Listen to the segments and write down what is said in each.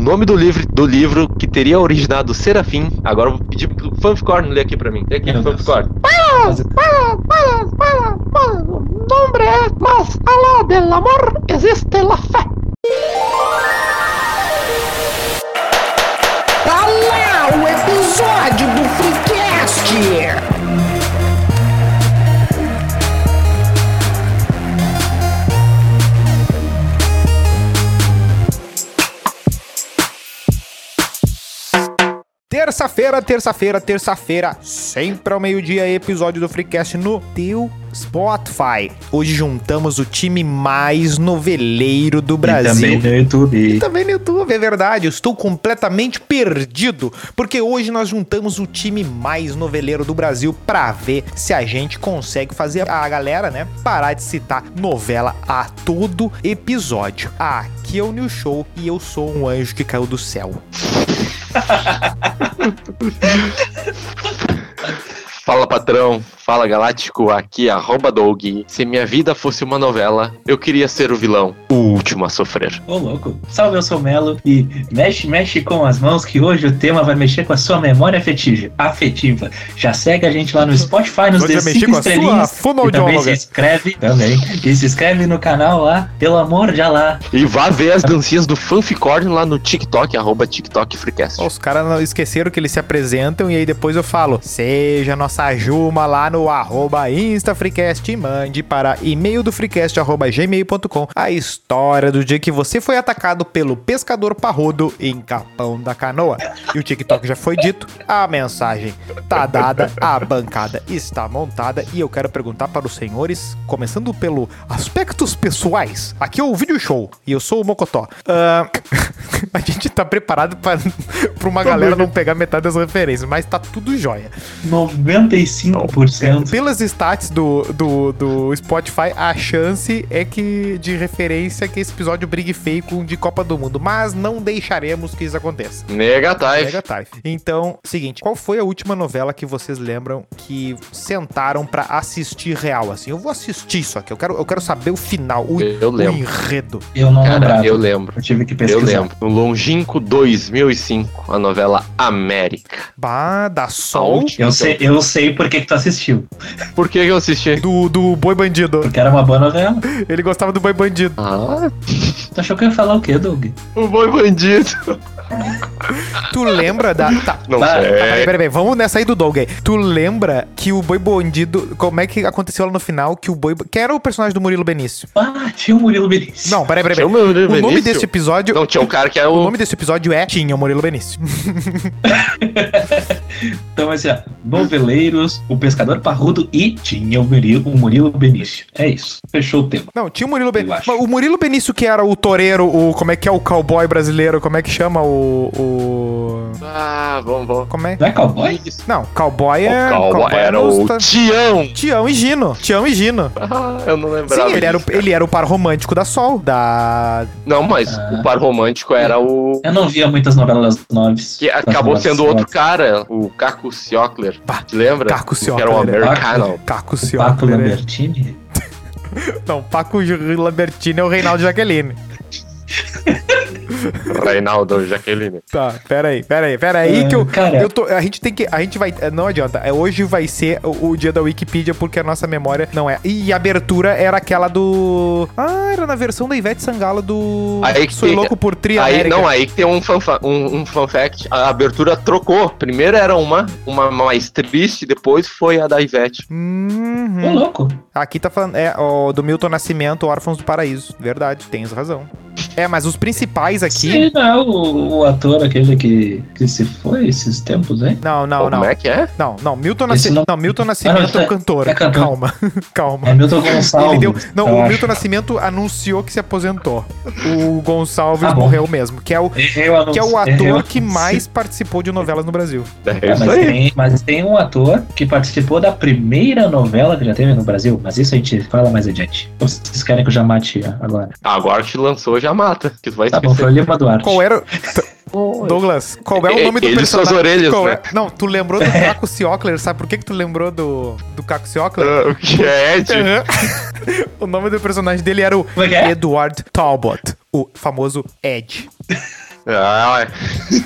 nome do livro, do livro que teria originado Serafim. Agora eu vou pedir pro Fanficorn ler aqui pra mim. Tem aqui, Meu Deus. Fanficorn. Para, para, para, para, para. Nombre es más allá del amor, existe la fe. Tá lá o episódio do Freecast! Terça-feira, terça-feira, terça-feira, sempre ao meio-dia, episódio do Freecast no teu Spotify. Hoje juntamos o time mais noveleiro do Brasil. E também no YouTube. E também no YouTube, é verdade. Eu estou completamente perdido. Porque hoje nós juntamos o time mais noveleiro do Brasil pra ver se a gente consegue fazer a galera, né? Parar de citar novela a todo episódio. Aqui é o New Show e eu sou um anjo que caiu do céu. Fala patrão, fala galáctico, aqui é arroba Doug. Se minha vida fosse uma novela, eu queria ser o vilão, o último a sofrer. Ô, louco. Salve, eu sou o Melo e mexe, mexe com as mãos que hoje o tema vai mexer com a sua memória afetiva. afetiva. Já segue a gente lá no Spotify, nos Hoje dê vai mexer cinco com a sua estrelinhas. E também se fonoaudióloga. inscreve, também. E se inscreve no canal lá, pelo amor de Allah. E vá ver as dancinhas do Fanficorn lá no TikTok, arroba TikTok Freecast. Ó, Os caras não esqueceram que eles se apresentam e aí depois eu falo, seja nossa Juma lá no arroba InstaFreecast e mande para e-mail do freecast arroba gmail.com a história do dia que você foi atacado pelo pescador parrudo em Capão da Canoa. E o TikTok já foi dito, a mensagem tá dada, a bancada está montada e eu quero perguntar para os senhores, começando pelo aspectos pessoais. Aqui é o vídeo show e eu sou o Mocotó. Ahn, a gente tá preparado pra, pra uma galera não pegar metade das referências, mas tá tudo jóia. 95%. Pelas stats do, do, do Spotify, a chance é que de referência que esse episódio brigue feio com o de Copa do Mundo, mas não deixaremos que isso aconteça. Mega Type. Mega Type. Então, seguinte, qual foi a última novela que vocês lembram que sentaram pra assistir real? Assim, eu vou assistir isso aqui, eu quero, eu quero saber o final, o, Eu o lembro. enredo. Eu não Cara, lembrava. eu Eu... lembro. tive que um pesquisar. Eu lembro. No longínquo 2005, a novela América. Bah, da A Sol, última. Eu sei, eu sei por que que tu assistiu. Por que que eu assisti? do, do Boi Bandido. Porque era uma boa novela. Ele gostava do Boi Bandido. Ah, Tu achou que eu ia falar o quê, Doug? o boi bandido. Tu lembra da... Tá, Não Tá, sei. Peraí, peraí, peraí, vamos nessa aí do Doug aí. Tu lembra que o Boi Bandido. Como é que aconteceu lá no final que o Boi. Que era o personagem do Murilo Benício? Ah, tinha o Murilo Benício. Não, peraí, peraí. Tinha o peraí. Murilo O nome Benício? desse episódio. Não, tinha um cara que é O o. nome desse episódio é Tinha o Murilo Benício. Então vai ser ó, Noveleiros, o Pescador Parrudo e tinha o Murilo, o Murilo Benício. É isso. Fechou o tema. Não, tinha o Murilo Eu Benício. acho. Mas o Murilo Benício que era o toureiro, o. Como é que é o cowboy brasileiro? Como é que chama o. o... Ah, vamos, vamos. Como é? Não é cowboy? Não, cowboy é. o Calma, cowboy é era nos o ta- Tião. Tião e Gino. Tião e Gino. Ah, eu não lembrava. Sim, ele era, o, disso, cara. ele era o par romântico da Sol, da. Não, mas Ah. o par romântico era o. Eu não via muitas novelas noves. Que acabou sendo outro cara, o Caco Siocler. Bah, Te lembra? Caco Que era o Siocler, é. americano. Caco Paco Ciocler. né? Lambertini? Não, Paco Lambertini é o Reinaldo Jaqueline. Reinaldo Jaqueline. Tá, peraí, peraí, peraí Ah, que eu, cara. eu tô, a gente tem que, a gente vai, é, não adianta, é, hoje vai ser o, o dia da Wikipedia porque a nossa memória não é. E a abertura era aquela do, ah, era na versão da Ivete Sangalo do Aí que Sou tem- Louco por Tri Aí América. não, aí que tem um fan, fa- um, um fan fact. A abertura trocou. Primeiro era uma, uma mais triste, depois foi a da Ivete. Ô, Uhum. louco. Aqui tá falando, é, ó, do Milton Nascimento, Órfãos do Paraíso, verdade, tens razão. É, mas os principais aqui, Sim, não é o, o ator aquele que, que se foi esses tempos, hein? não, não, Pô, não, Como é que é? não, não, Milton Esse Nascimento, não- não, Milton Ah, Nascimento não, é é- o cantor, é cantor. calma, calma. É Milton Gonçalves. Ele deu- Não, eu o acho. Milton Nascimento anunciou que se aposentou. O Gonçalves Tá bom. morreu mesmo, que é o, Errei o anúncio. que é o errei o ator que anúncio. mais participou de novelas no Brasil. É Ah, isso mas, aí. tem, mas tem um ator que participou da primeira novela que já teve no Brasil, mas isso a gente fala mais adiante. Ou vocês querem que eu já mate agora? Agora que lançou, já mata. Que tu vai Tá bom, esquecer. foi o Lima Duarte. Qual é era. Douglas, qual é o nome do Ele são as personagem? orelhas, Qual né? é- Não, tu lembrou do Caco Ciocler, sabe por que, que tu lembrou do, do Caco Ciocler? Ah, O que é, tio? Aham. o é? nome do personagem dele era o Como é que é? Edward Talbot, o famoso Ed. Ah, é.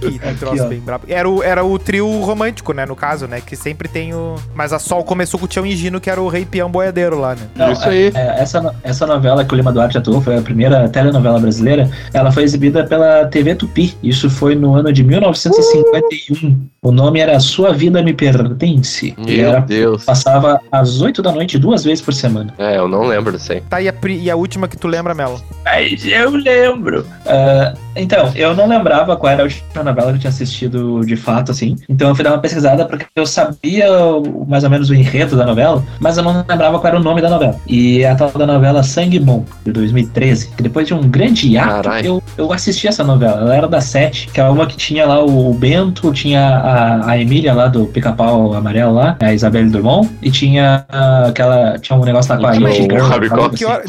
Que um Aqui, troço ó. bem brabo. Era o, era o trio romântico, né? No caso, né? Que sempre tem o. Mas a Sol começou com o Tião e Gino, que era o rei peão boiadeiro lá, né? Não, Isso aí. é- é, essa, no- essa novela que o Lima Duarte atuou foi a primeira telenovela brasileira. Ela foi exibida pela TV Tupi. Isso foi no ano de 1951. O nome era Sua Vida Me Pertence. E Meu era, Deus. passava às 8 da noite duas vezes por semana. É, eu não lembro disso aí. Tá, e a, pri- e a última que tu lembra, Melo? Assim. Mas eu lembro. Ah, então, eu não lembrava qual era a última novela que eu tinha assistido de fato, assim. Então eu fui dar uma pesquisada porque eu sabia o- mais ou menos o enredo da novela, mas eu não lembrava qual era o nome da novela. E é a tal da novela Sangue Bom, de 2013. Que depois de um grande hiato, Caralho. eu, eu assisti essa novela. Ela era da Sete, que é uma que tinha lá o Bento, tinha a, a Emília lá do Pica-Pau Amarelo lá, a Isabelle Drummond, e tinha ah, aquela. Tinha um negócio lá com a Tinha Yankee o Girl, Rabicó? algo Que assim. hora.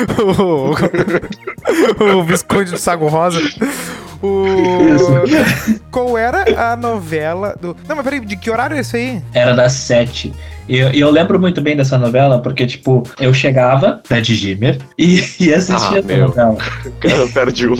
o, o Visconde do Sago Rosa. O... Qual era a novela do. Não, mas peraí, de que horário é isso aí? Era das sete. E eu, e eu lembro muito bem dessa novela, porque, tipo, eu chegava, Ted Gimmer, e, e assistia Ah, essa meu. novela. O cara perde um.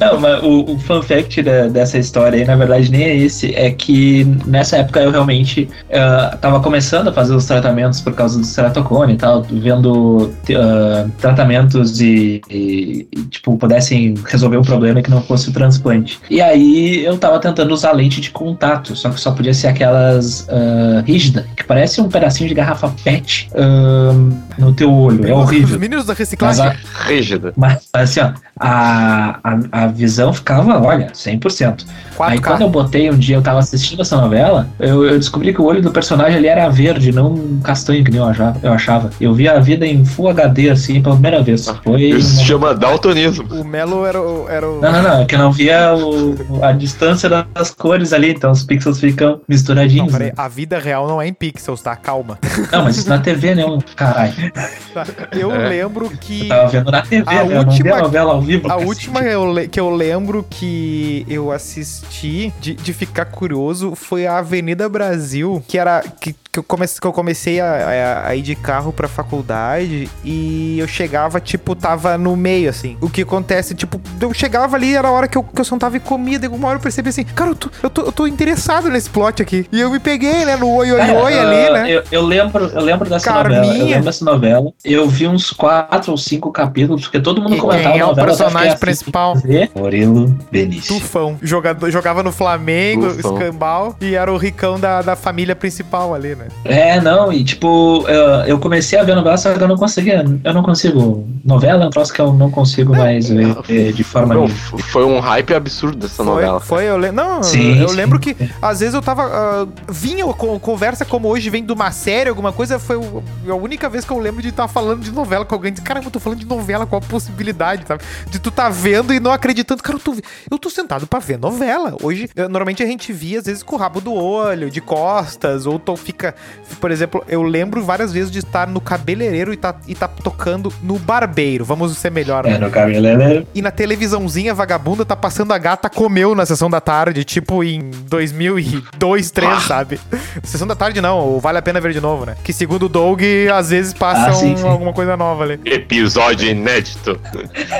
Não, mas o, o fun fact da- dessa história aí, na verdade, nem é esse. É que nessa época eu realmente ah, tava começando a fazer os tratamentos por causa do ceratocone e tal, vendo ah, tratamentos e, e, e, tipo, pudessem resolver o problema que não fosse o transplante. E aí eu tava tentando usar lente de contato, só que só podia ser aquelas ah, rígida, que parece um pedacinho de garrafa PET ah, no teu olho. É Os horrível. meninos da Mas reciclagem. a- Rígido. mas assim, ó, a, a, a visão ficava, olha, 100%. Aí 4K. quando eu botei um dia, eu tava assistindo essa novela, eu, eu descobri que o olho do personagem ali era verde, não um castanho, que nem eu achava. Eu, achava. eu vi a vida em Full HD, assim, pela primeira vez. Ah, Foi. Isso se chama daltonismo. O Melo era o. Era o... Não, não, não, é que eu não via o- a distância das cores ali, então os pixels ficam Não, misturadinhos. né? peraí, a vida real não é em pixels, tá? Calma. Não, mas isso na TV, né? um- Caralho. Tá? Eu É. lembro que. Eu tava vendo na TV, A né? Eu não vi última- a novela ao vivo. A cacete. última eu le- que eu lembro que eu assisti de, de ficar curioso foi a Avenida Brasil, que era. que, que, eu, comecei, que eu comecei a, a- a ir de carro pra faculdade e eu chegava, tipo, tava no meio, assim. O que acontece, tipo, eu chegava ali, era a hora que eu, que eu sentava e comia, daí uma hora eu percebi assim, cara, eu tô, eu tô, eu tô interessado nesse plot aqui. E eu me peguei, né, no oi oi Cara, oi ah, ali, né? Eu, eu lembro, eu lembro dessa Carminha. novela. Eu lembro dessa novela. Eu vi uns quatro ou cinco capítulos, porque todo mundo E comentava quem é a o novela. eu até personagem fiquei assim, principal? ver. Murilo Benício. Tufão. Jogador, jogava no Flamengo, Tufão. escambau, e era o ricão da, da família principal ali, né? É, não, e tipo, eu, eu comecei a ver novela, só que eu não conseguia. Eu não consigo. Novela é um troço que eu não consigo mais É, ver eh, de forma Meu, nenhuma. f- foi um hype absurdo essa Foi, novela. foi, eu lembro. Não, Sim, eu sim. lembro que às vezes eu tava. ah, vinha com conversa como hoje vem de uma série, alguma coisa. Foi o- a única vez que eu lembro de estar falando de novela com alguém. Caramba, eu tô falando de novela, qual a possibilidade, sabe? De tu tá vendo e não acreditando. Cara, eu tô, eu tô sentado pra ver novela. Hoje, eu- normalmente a gente via, às vezes, com o rabo do olho, de costas, ou tu fica. Por exemplo, eu lembro várias vezes de estar no cabeleireiro e tá, e tá tocando no barbeiro. Vamos ser melhor, né? É, no Cabeleleiro. E na televisãozinha vagabunda tá passando a gata comeu na sessão da tarde, tipo em 2002, Ah. 3, sabe? Sessão da tarde não, o vale a pena ver de novo, né? Que segundo o Doug, às vezes passam Ah, sim, sim. alguma coisa nova ali. Episódio inédito.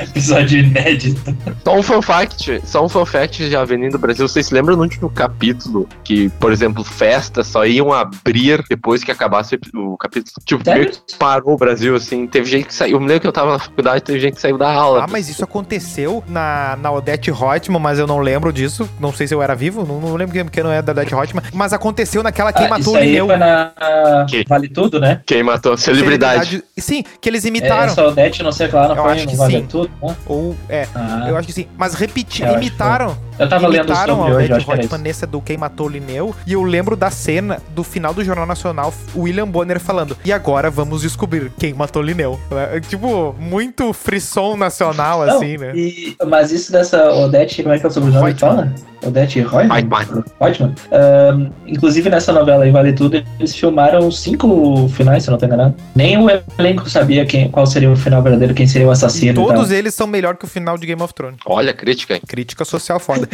Episódio inédito. Só um fun fact, só um fun fact de Avenida Brasil. Vocês se lembram no último capítulo que, por exemplo, festas só iam abrir depois que acabasse o epi- o capítulo? Tipo, Sério? meio que parou o Brasil, assim. Teve gente que saiu. Eu me lembro que eu tava na faculdade, teve gente que saiu da aula. Ah, mas isso aconteceu na, na Odete Hotman, mas eu não lembro disso. Não sei se eu era vivo, não, não lembro porque não é da Odete Hotman. Mas aconteceu naquela Quem Ah, Matou é isso o aí Lineu. foi na. Que? Vale tudo, né? Quem matou a celebridade. Sim, que eles É, imitaram. essa Odete, não sei o que lá, não Eu foi acho no que Vale sim. Tudo, né? Ou, é, Ah, É, eu acho que sim. Mas repetir, Eu acho que imitaram. eu tava lendo imitaram sobre hoje, eu a Odete acho que era Hotman isso. nessa do Quem Matou o Lineu. E eu lembro da cena do final do Jornal Nacional, o William Bonner falando: E agora vamos descobrir quem matou o Lineu. É, Tipo, muito frisson nacional, Não, assim, né? E, mas isso dessa Odete, como é que é o sobrenome que fala? Reutemann. Odete Reutemann? Reutemann. Reutemann. Ahn, inclusive nessa novela aí, Vale Tudo, eles filmaram cinco finais, se eu não tô enganado. Nem o elenco sabia quem, qual seria o final verdadeiro, quem seria o assassino. E e tal. todos eles são melhor que o final de Game of Thrones. Olha a crítica, hein? Crítica social foda.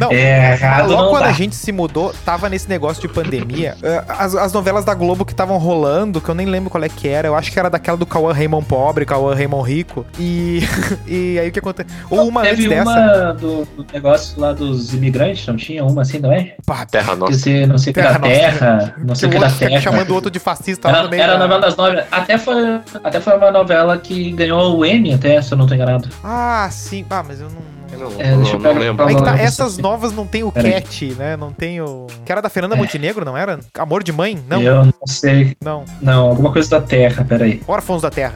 Não, É, errado Logo não quando tá. a gente se mudou, tava nesse negócio de pandemia. eh, As, as novelas da Globo que estavam rolando, que eu nem lembro qual é que era. Eu acho que era daquela do Cauã Raymond pobre, Cauã Raymond rico. E, e aí o que aconteceu? Ou uma antes Teve dessa. uma do, do negócio lá dos imigrantes, não tinha uma assim, não é? Pá, Terra Que Nossa. você não sei o que Terra da Nossa. terra, não sei o que da outro é fica terra. chamando o outro de fascista lá no Era, meio. era a da- novela das nove. Até foi, até foi uma novela que ganhou o M, até, se eu não tô enganado. Ah, sim. Ah, mas eu não. Eu não, É, deixa eu não pegar- lembro. pra- Aí que tá, Não, essas você- novas não tem o Peraí. É. Cat, né? Não tem o. Que era da Fernanda Montenegro, não era? Amor de Mãe? Não, Eu não sei. não. Não, alguma coisa da terra, peraí. Órfãos da Terra.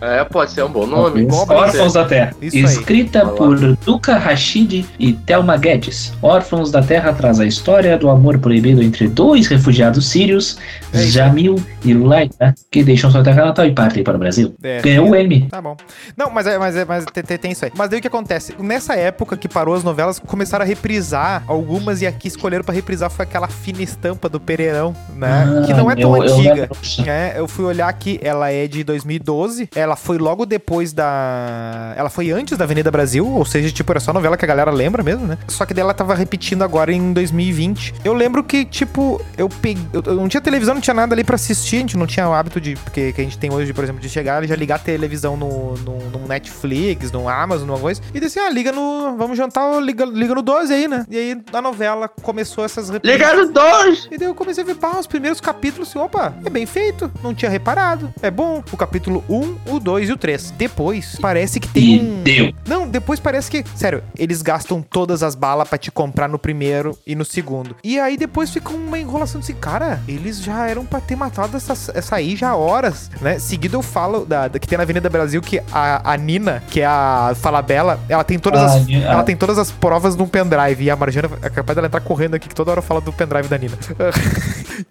É, pode ser um bom nome. Talvez. Goblin. Órfãos da Terra. Isso aí. Escrita Vai lá. por Duca Rashid e Thelma Guedes. Órfãos da Terra traz a história do amor proibido entre dois refugiados sírios, É isso. Jamil e Laila, que deixam sua terra natal e partem para o Brasil. É. Ganhou o M. Tá bom. Não, mas, é, mas, é, mas te- te- tem, isso aí. Mas daí o que acontece? Nessa época que parou as novelas, começaram a reprisar algumas e aqui escolheram pra reprisar foi aquela fina estampa do Pereirão, né? que não é tão Ah, eu- eu antiga. lembro. É, eu fui olhar aqui, ela é de 2012. Ela foi logo depois da. Ela foi antes da Avenida Brasil, ou seja, tipo, era só novela que a galera lembra mesmo, né? Só que dela tava repetindo agora em 2020. Eu lembro que, tipo, eu peguei. Eu eu não tinha televisão, não tinha nada ali pra assistir, a gente não tinha o hábito de. Porque que a gente tem hoje, por exemplo, de chegar e já ligar a televisão no, no, no Netflix, no Amazon, alguma coisa. E disse, ah, liga no. Vamos jantar, ó, liga, liga no 12 aí, né? E aí, a novela começou essas reprises. Ligaram dois! E daí eu comecei a ver, pá, os primeiros capítulos, assim, opa, é bem feito, não tinha reparado, é bom. O capítulo 1, o 2 e o 3. Depois, parece que tem E um... deu. Não, depois parece que, sério, eles gastam todas as balas pra te comprar no primeiro e no segundo. E aí depois fica uma enrolação assim, cara, eles já eram pra ter matado essa, essa aí já há horas, né? Seguido eu falo da, da- que tem na Avenida Brasil que a, a Nina, que é a Falabella, ela tem todas Ah, as Nina- ela ah. tem todas as provas num pendrive e a Marjana é capaz dela entrar correndo aqui que toda hora fala do pendrive da Nina.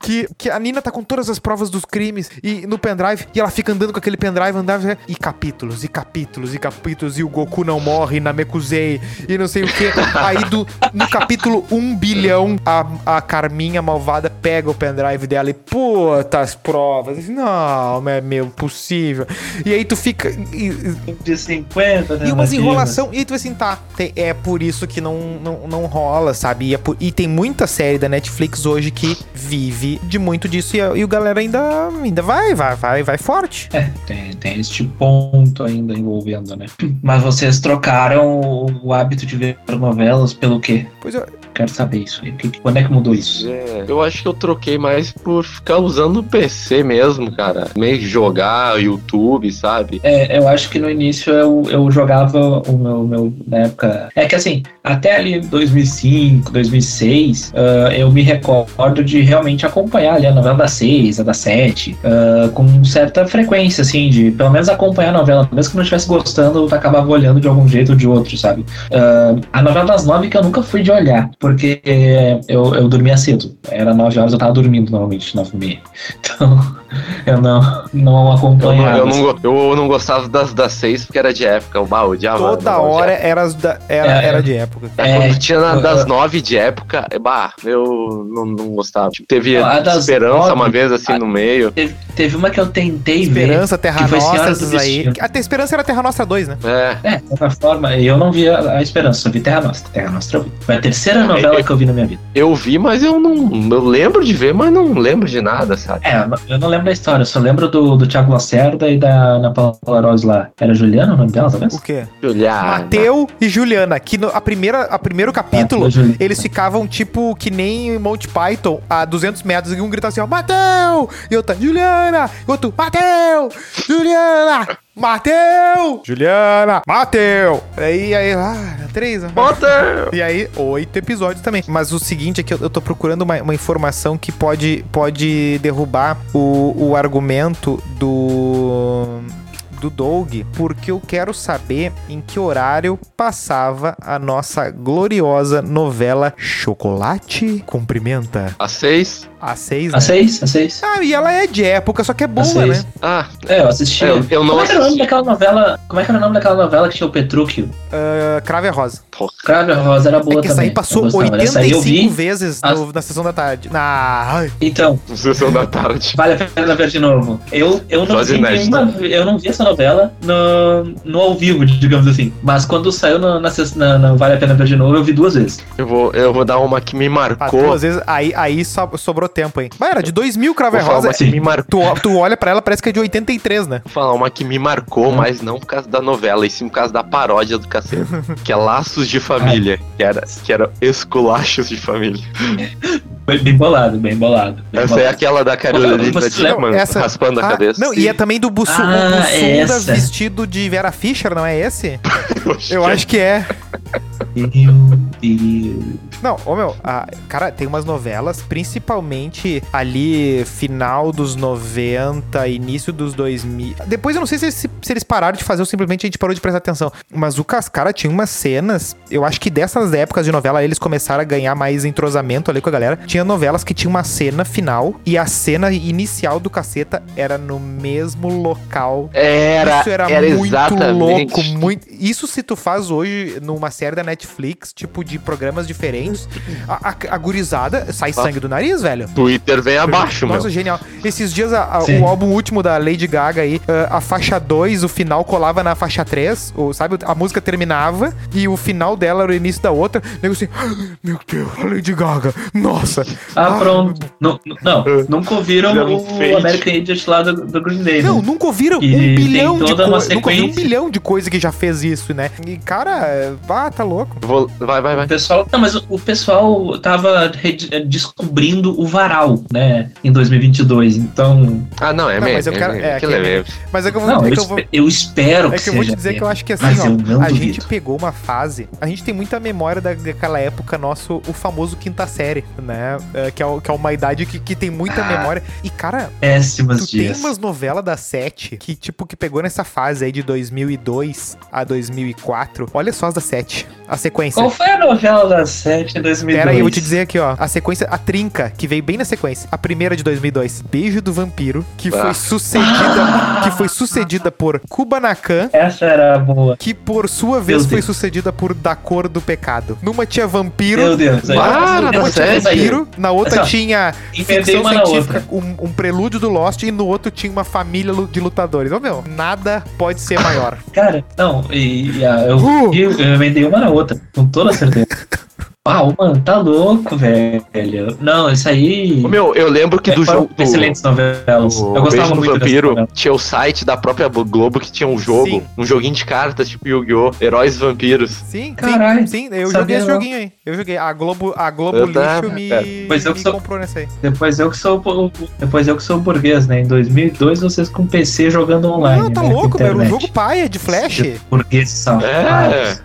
que, que a Nina tá com todas as provas dos crimes e no pendrive e ela fica andando com aquele pendrive andando e capítulos e capítulos e capítulos e o Goku não morre na Mekuzei e não sei o que. Aí do, no capítulo 1 bilhão a, a Carminha malvada pega o pendrive dela e puta as provas. Não, não é meu possível. E aí tu fica e- De 50, né, e umas Matilda? enrolação. E aí tu vai assim, tá, te- é por isso que não, não, não rola, sabe? E, é por- e tem muita série da Netflix hoje que vive de muito disso. E, a- e o galera ainda, ainda vai, vai, vai, vai forte. É, tem, tem este ponto ainda envolvendo, né? Mas vocês trocaram o, o hábito de ver novelas pelo quê? Pois é, eu, Quero saber isso aí. Que- que- Quando é que mudou isso? É, eu acho que eu troquei mais por ficar usando o PC mesmo, cara. Meio que jogar, YouTube, sabe? É, eu acho que no início eu, eu jogava o meu, meu. Na época. É que assim, até ali 2005, 2006, ah, eu me recordo de realmente acompanhar ali a novela das seis, a das sete, ah, com certa frequência, assim, de pelo menos acompanhar a novela. Mesmo que não estivesse gostando, eu acabava olhando de algum jeito ou de outro, sabe? Ah, a novela das nove que eu nunca fui de olhar, porque eh, eu, eu dormia cedo. Era nove horas, eu tava dormindo normalmente, nove e meia. Então, eu não, não Eu não, acompanhava. eu assim. não, go- eu não gostava das, das seis porque era de época. O baú de toda hora era, as da- era, É. era de época. né? Quando tinha na- eu- das eu- nove de época, eh, bah, eu não, não gostava. Tipo, teve Ah, das esperança nove, uma vez assim a- no meio. Teve, teve uma que eu tentei Esperança, Terra que foi Nostra, Senhora do essas aí. Destino. A Te- Esperança era Terra Nostra 2, né? É. ver. É, de certa forma, eu não vi a, a Esperança, só vi Terra Nostra. Terra Nostra eu vi. Foi a Ah, terceira novela que eu vi na minha vida. Eu vi, mas eu não. Eu lembro de ver, mas não lembro de nada, sabe? É, eu não- eu não lembro da história, eu só lembro do, do Thiago Lacerda e da Ana Paula Rose lá. Era Juliana o nome dela, talvez? O quê? Deixa eu ah, olhar. Mateu e Juliana, que no, a primeira, a primeiro capítulo, Ah, Juliana. eles ficavam tipo que nem Monty Python a 200 metros e um gritava assim, ó, Mateu! E outra, Juliana! E outro, Mateu! Juliana! Mateu! Juliana! Mateu! Aí, aí, ah, três, ó. Bota! E aí, oito episódios também. Mas o seguinte é que eu, eu tô procurando uma, uma informação que pode, pode derrubar o, o argumento do. Do Doug, porque eu quero saber em que horário passava a nossa gloriosa novela Chocolate Cumprimenta. Às seis? A 6, né? A 6, a 6. Ah, e ela é de época, só que é boa, né? seis. Ah, É, eu assisti. é, eu, eu não Como é que era o nome assisti. daquela novela? Como é que era o nome daquela novela que tinha o Petrúquio? Ah, Crave a Rosa. Porra. Crave a Rosa era É boa que essa também. aí passou eu gostava. Essa aí eu 85 vi. vezes Ah. no- na sessão da tarde. Ah, Na. ai, Então, Sessão da tarde. vale a pena ver de novo. Eu, eu não Só de vi inédito. nenhuma, eu não vi essa novela no, no ao vivo, digamos assim. Mas quando saiu no, na, ses- na- na Vale a Pena Ver de Novo, eu vi duas vezes. Eu vou, eu vou dar uma que me pá, marcou. duas vezes. Aí, aí so- sobrou tempo, hein? Mas era de 2000 Crave Vou a falar Rosa. uma que me marcou. Tu, tu olha pra ela, parece que é de 83, né? Vou falar uma que me marcou, mas não por causa da novela, e sim por causa da paródia do cacete. que é Laços de Família. Que era, que era Esculachos de Família. Foi bem bolado, bem bolado. bem Essa bolado. é aquela da Carolina Você Dickman lembra- essa- raspando a Ah, cabeça. Não, e é também do Bussunda, Ah, é essa. vestido de Vera Fischer, não é esse? Poxa, Eu acho que é. Meu Deus. Não, ô meu, a- cara, tem umas novelas, principalmente ali final dos 90, início dos 2000. Depois eu não sei se, eles- se eles pararam de fazer ou simplesmente a gente parou de prestar atenção. Mas o Cascara tinha umas cenas, eu acho que dessas épocas de novela eles começaram a ganhar mais entrosamento ali com a galera. Tinha novelas que tinha uma cena final e a cena inicial do caceta era no mesmo local Era, isso era, era, muito exatamente. louco, muito. Isso se tu faz hoje numa série da Netflix, tipo de programas diferentes, a, a- a gurizada sai sangue do nariz, velho. Twitter vem abaixo, Nossa, meu. genial. Esses dias a- a- Sim. o álbum último da Lady Gaga aí, ah, a faixa 2, o final colava na faixa 3, ou, sabe? A música terminava e o final dela era o início da outra. O nego assim, "Ah, meu Deus, a Lady Gaga, nossa. Ah, pronto. Não, não, nunca ouviram Fizeram um fade. o American Idiot lá do, do Green Day, né? Não, nunca ouviram E um tem bilhão de toda uma coisas. Nunca ouviram um sequência. bilhão de coisa que já fez isso, né? E, cara, é- ah, tá louco. Vou- vai, vai, vai. O pessoal, não, mas o- o pessoal tava rede- eh, descobrindo o varal, né, em 2022. Então, Ah, não, é Não, mas meme. eu quero- é meme. é, Aquilo que é é meme. Mas é que eu vou, não, é eu, que eu vou- espe- eu espero é que que eu vou te seja dizer que eu mesmo. acho que assim, Mas eu ó, não a duvido. gente pegou uma fase, a gente tem muita memória da, daquela época nosso, o famoso quinta série, né? É, que, é, o- que é uma idade que, que tem muita Ah. memória. E, cara, Péssimos tu tem dias. umas novelas da Sete que, tipo, que pegou nessa fase aí de 2002 a 2004. Olha só as da Sete, a sequência. Qual foi a novela da sete em 2002? Pera aí, eu vou te dizer aqui, ó. A sequência, a trinca, que veio bem na sequência. A primeira de 2002, Beijo do Vampiro, que Ah. foi sucedida, que foi sucedida por Kubanakan, Essa era boa. que por sua vez Meu foi Deus. sucedida por Da Cor do Pecado. Numa tinha Meu vampiro, Deus. aí- é Para, Essa tá numa tinha sério? vampiro, na outra Assim, ó, tinha Inventei ficção uma na científica, outra. um, um prelúdio do Lost, e no outro tinha uma família lu- de lutadores. Ô meu, nada pode ser maior. Cara, não, e, e a- eu, Uh! eu, eu emendei uma na outra, com toda certeza. Uau, mano, tá louco, velho. Não, isso aí. é Ô, Meu, eu lembro que do foram jogo. do- Excelentes novelas. O eu Beijo gostava do muito dessa Vampiro novela. tinha o site da própria Globo que tinha um jogo, Sim. um joguinho de cartas tipo Yu-Gi-Oh! Heróis Vampiros. Sim, Caralho, sim, sim, eu sabia joguei esse não. joguinho aí. Eu joguei. A Globo, a Globo Eu Lixo tava, me, cara. Pois eu me sou- comprou nessa aí. Depois eu que sou o- depois eu que sou o burguês, né? Em 2002 vocês com PC jogando online. não, tá né? Com louco, velho. O internet. jogo paia de flash. Esses Burgueses safados.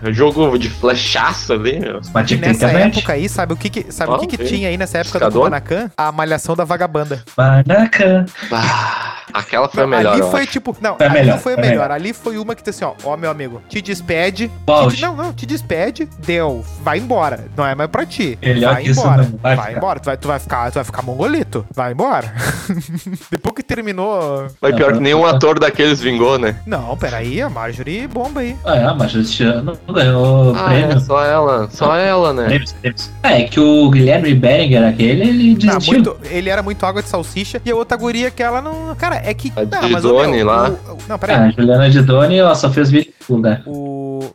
É, jogo de flechaço ali, meu. Mas tinha E que ter nessa internet. época aí, sabe o que, que- sabe o que, que Talvez. tinha aí nessa época do Escador? Kubanacan? A malhação da vagabanda. Maraca. Ah, aquela foi a melhor. ali eu foi acho. tipo. Não, Foi a ali melhor, não foi a foi a melhor. melhor. Ali foi uma que disse assim, ó, ó, meu amigo, te despede. Te, Volte. não, não, te despede, deu. Vai embora. Não é mais pra ti. Melhor vai que isso embora. não, vai vai ficar. embora. Tu vai, tu vai ficar, tu vai ficar mongolito. Vai embora. Depois que terminou. Mas pior que Ah. nenhum ator daqueles vingou, né? Não, peraí, a Marjorie bomba aí. Ah, é, mas esse ano não ganhou Ah, prêmio. é, só ela, só Ah. ela, né? Prêmios, prêmios. É, que o Guilherme Berenger, aquele, ele Tá, desistiu. muito, ele era muito água de salsicha e a outra guria que ela não. Cara, é que. A não, mas, ô, Didone meu, lá. o- o- não, É, peraí. a Juliana Didoni, ela só fez vídeo, né? O...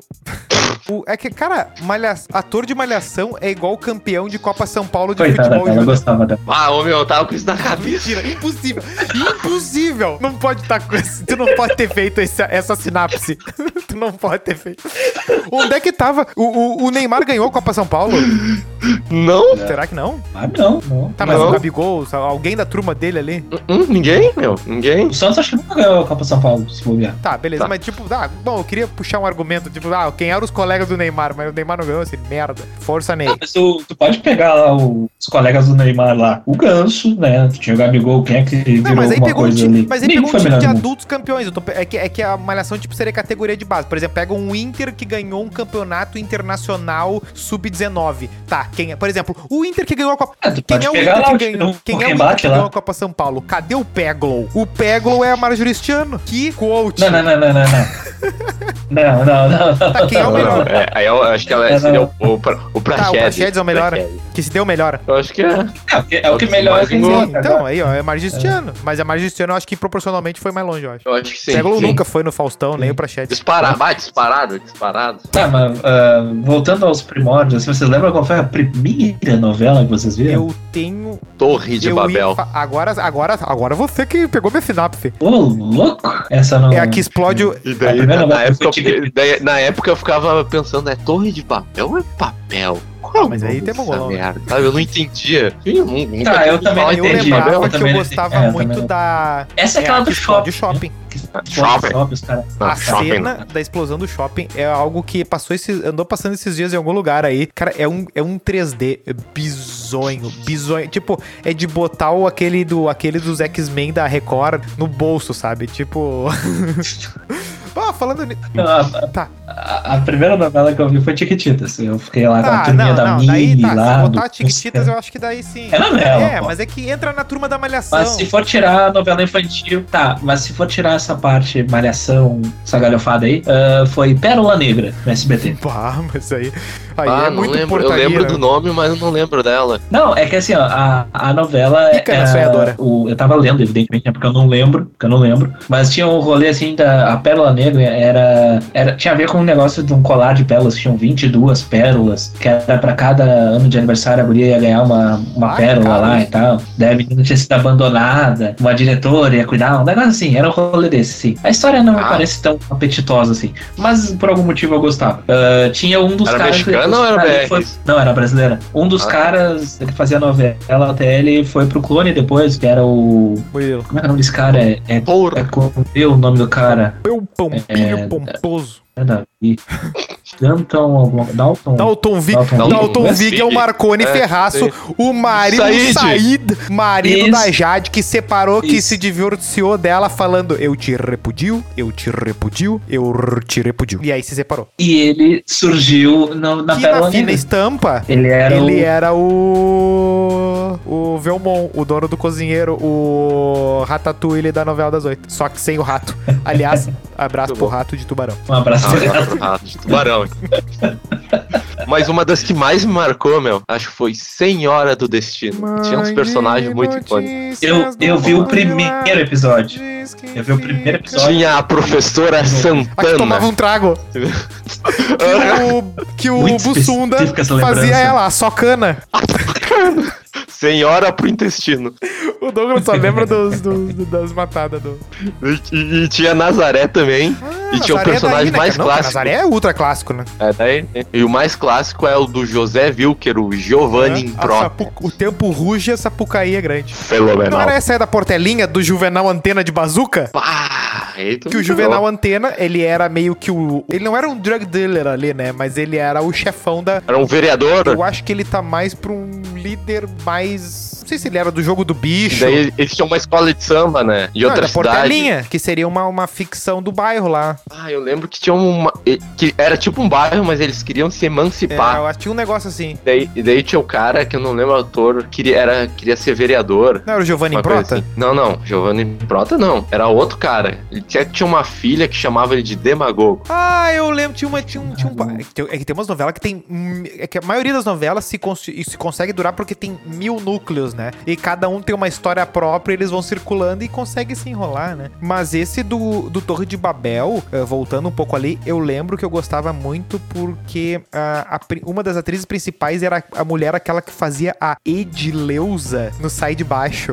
o. É que, cara, malha... ator de malhação é igual campeão de Copa São Paulo de Coitada futebol. né? dela, eu júnior. gostava dela. Ah, ô meu, eu tava com isso na cabeça. Mentira, impossível. impossível. Não pode estar com esse. Tu não pode ter feito esse- essa sinapse. tu não pode ter feito. Onde é que tava? O, o- o Neymar ganhou a Copa São Paulo? Não? Será que não? Ah, não, não. Tá, mas Não. o Gabigol, sabe, alguém da turma dele ali? Hum, ninguém, meu, ninguém. O Santos acho que nunca ganhou a Copa São Paulo, se bobear. Tá, beleza, Tá. mas tipo, ah, bom, eu queria puxar um argumento, tipo, ah, quem eram os colegas do Neymar, mas o Neymar não ganhou esse merda. Força Ney. Ah, mas tu, tu pode pegar lá o- os colegas do Neymar lá. O Ganso, né? Tinha o Gabigol, quem é que virou Não, mas aí alguma pegou um coisa time, ali? mas aí Nem pegou um foi time melhor né? de do mundo. adultos campeões. eu tô pe- é, que, é que a malhação tipo, seria categoria de base. Por exemplo, pega um Inter que ganhou um campeonato internacional sub-19. Tá, Quem, por exemplo, o Inter que ganhou a Copa. Ah, tu Quem pode é o pegar Inter lá que o- ganhou? o Quem é o Inter embate que lá. ganhou a Copa São Paulo? Cadê o Peglow? O Peglow é amarioristiano. Que coach. Não, não, não, não, não. Não, não, não. não, Tá, quem é o Não, não. não, melhor? é, aí eu acho que ela Não, seria o, não. o, pra- o Praxedes. Tá, o Praxedes é o melhor. Praxedes. Que se deu melhor. Eu acho que é. É, o que- é o que melhor que Sim, Sim, encontra. então, Então, aí, ó, é amarioristiano. Mas amarioristiano eu acho que proporcionalmente foi mais longe, eu acho. Eu acho que sim. Peglow sim. nunca foi no Faustão, nem Sim. o Praxedes. Disparado, vai, disparado, disparado. tá, mas ah, voltando aos primórdios, assim, vocês lembram qual foi a primeira novela que vocês viram? Eu tenho. Torre de eu Babel. ia fa- agora, agora, agora você que pegou minha sinapse. Ô, louco! Essa não. É a que explode. o- E A daí, primeira na, novela época, foi eu, daí- na época eu ficava pensando, é Torre de Babel ou é papel? Qual é Ah, mas o nome aí tem dessa mongolão, né? merda? Sabe, eu não entendia. Eu nu- nunca Tá, tinha eu ouvido também falar Eu em Torre de é entendi, lembrava eu que eu também- gostava é, eu muito também- da. Essa é aquela do que explode shopping. o shopping. Que explode o Shopping. shopping, os caras. Não, a Ah, shopping, cena da explosão do shopping é algo que passou esses, andou passando esses dias em algum lugar aí. Cara, é um, é um 3D bizonho, bizonho. Tipo, é de botar o, aquele, do, aquele dos X-Men da Record no bolso, sabe? Tipo. Ah, falando nisso. Não, a- Tá. A, a primeira novela que eu vi foi Tiquititas. Eu fiquei lá com a Tá, turminha não, da não. Mini Daí tá. lá. Se do- botar Tiquititas, eu acho que daí sim. É novela, É, pô. mas é que entra na turma da malhação. Mas se for tirar a novela infantil, tá, mas se for tirar essa parte malhação, essa galhofada aí, ah, foi Pérola Negra no SBT. Pá, mas aí. Aí ah, é não muito lembro. Eu porcaria. lembro né? do nome, mas eu não lembro dela. Não, é que assim, ó, a, a novela. Fica na era sonhadora. o- eu tava lendo, evidentemente, né, porque eu não lembro, porque eu não lembro. Mas tinha um rolê assim da a Pérola Negra era, era. Tinha a ver com um negócio de um colar de pérolas, tinham 22 pérolas, que era pra cada ano de aniversário a guria ia ganhar uma, uma Ai, pérola cara. lá e tal. Daí a menina tinha sido abandonada, uma diretora ia cuidar, um negócio assim, era um rolê desse, sim. A história não me Ah. parece tão apetitosa assim. Mas por algum motivo eu gostava. Ah, tinha um dos Era caras. que mexicana ou era ali BR? foi- Não, era brasileira. Um dos Ah. caras que fazia novela até ele foi pro clone depois, que era o. Murilo. Como é que é o nome desse cara? É. é... Porra. É com eu o nome do cara. Meu É, pompinho né? pomposo. É Davi. Danton. alguma- Dalton. Dalton Vig. Dalton Dalton Dalton Vig. Vig é o Marconi É, Ferraço, sei. o marido Said. Said, marido Isso. da Jade, que separou, que Isso. se divorciou dela falando eu te repudio, eu te repudio, eu te repudio. E aí se separou. E ele surgiu no- na que na Pérola fina Negra. estampa, Ele era. ele é- o... era o... O Velmon, o dono do cozinheiro, o Ratatouille da novela das oito. Só que sem o rato. Aliás, abraço Muito pro bom. rato de tubarão. Um abraço. Ah, gato, rato de tubarão. Mas uma das que mais me marcou, meu, acho que foi Senhora do Destino. Tinha uns personagens muito icônicos. eu, eu vi o primeiro episódio. Eu vi o primeiro episódio. Tinha a professora A que tomava Santana. um trago. um né? Que o, que o Muito Bussunda específica essa lembrança. fazia ela, só cana. Senhora pro intestino. O Douglas só lembra dos, dos- do- das matadas do. E, e- e tinha Nazaré também. e tinha o Nazaré personagem daí, né, mais cara? Não, clássico. Nazaré é ultra clássico, né? É, daí- e o mais clássico é o do José Wilker, o Giovanni É. A Impróprio. Sapu- O tempo ruge, a sapucaí é grande. Não Fenomenal. era essa aí da portelinha do Juvenal Antena de Bazuca? Pá, aí tu Que o me Juvenal falou. Antena, ele era meio que o. Ele não era um drug dealer ali, né? Mas ele era o chefão da, era um vereador. Eu acho que ele tá mais pra um líder mais. Não sei se ele era do jogo do E bicho. daí eles tinham uma escola de samba, né? De Não, outra da cidade. Portelinha, que seria uma, uma ficção do bairro lá. Ah, eu lembro que tinha uma. e- Que era tipo um bairro, mas eles queriam se É, emancipar. eu acho que tinha um negócio assim. E daí, e daí tinha o cara que eu não lembro o autor, queria, era, queria ser vereador. Não era o Giovanni Uma coisa Prota? assim. Não, não, Giovanni Prota não. Era outro cara. Ele tinha, tinha uma filha que chamava ele de demagogo. Ah, eu lembro, tinha uma. Tinha um, tinha um pa- é que tem- é que tem umas novelas que tem. hum, É que a maioria das novelas se, cons- e se consegue durar porque tem mil núcleos, né? E cada um tem uma história própria, eles vão circulando e consegue se enrolar, né? Mas esse do, do Torre de Babel, eh, voltando um pouco ali, eu lembro que eu gostava muito porque ah, a pri- uma das atrizes principais era a mulher, aquela que fazia a Edileuza no Sai de Baixo.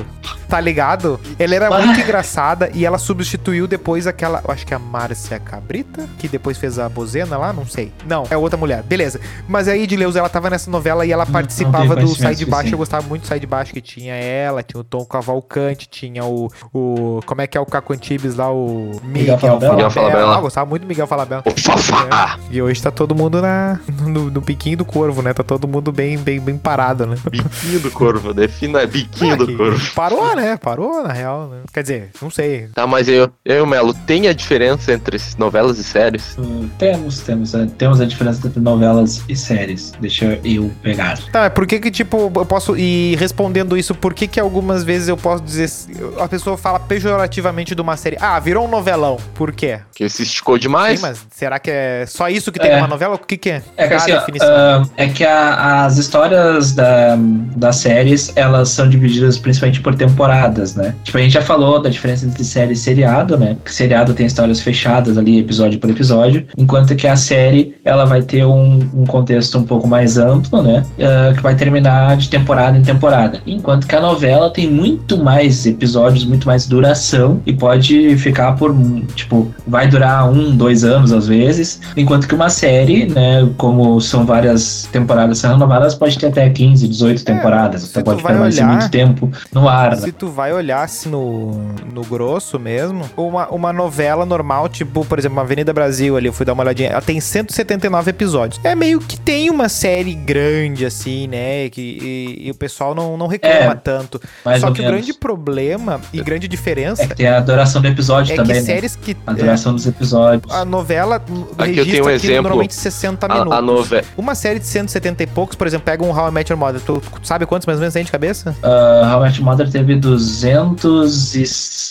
Tá ligado? Ela era muito engraçada e ela substituiu depois aquela. eu Acho que é a Márcia Cabrita, que depois fez a Bozena lá, não sei. Não, é outra mulher. Beleza. Mas aí de Leuza, ela tava nessa novela e ela não participava tenho do Sai de conhecimento Baixo. Eu suficiente. gostava muito do Sai de Baixo, que tinha ela, tinha o Tom Cavalcante, tinha o. o como é que é o Caco Antibes lá? O Miguel, Falabella. Miguel Falabella. Falabella. Ah, eu gostava muito do Miguel Falabella. O Fafá! E hoje tá todo mundo na, no, no piquinho do corvo, né? Tá todo mundo bem, bem, bem parado, né? Biquinho do corvo, defina biquinho Ah, do que corvo. Parou, né? Parou, na real. né? Quer dizer, não sei. Tá, mas eu, eu e o Melo, tem a diferença entre essas novelas e séries? Hum, Temos, temos, a- temos a diferença entre novelas e séries. Deixa eu pegar. Tá, por que que, tipo, eu posso ir respondendo isso, por que que algumas vezes eu posso dizer... A pessoa fala pejorativamente de uma série. Ah, virou um novelão. Por quê? Porque se esticou demais. Sim, mas será que é só isso que tem É. numa novela? O que que é? É que, Qual a assim, ó, definição? ah, é que a- as histórias da, das séries, elas são divididas principalmente por temporadas, né? Tipo, a gente já falou da diferença entre série e seriado, né? Que seriado tem histórias fechadas ali, episódio por episódio, enquanto que a série, ela vai ter um, um contexto um pouco mais amplo, né? Ah, que vai terminar de temporada em temporada. Enquanto que a novela tem muito mais episódios, muito mais duração e pode ficar por, tipo, vai durar um, dois anos às vezes, Enquanto que uma série, né, como são várias temporadas sendo renovadas, pode ter até 15, 18 temporadas. É, se Então tu pode vai permanecer olhar- muito tempo no ar. né? Se tu vai olhar assim no, no grosso mesmo, uma, uma novela normal, tipo, por exemplo, uma Avenida Brasil ali, eu fui dar uma olhadinha, ela tem 179 episódios. É meio que tem uma série grande, assim, né? Que, e, e o pessoal não, não reclama É, tanto. Mais Só ou que o menos. grande problema e grande diferença É que tem a duração do episódio é, que Ah, também, né? séries que. é, A duração dos episódios. A novela Aqui eu registra tenho um que exemplo. normalmente 60 minutos. a, a novela. Uma série de 170 e poucos, por exemplo, pega um How I Met Your Mother. Tu tu sabe quantos mais ou menos tem de cabeça? Ah, How I Met Your Mother teve 200 e...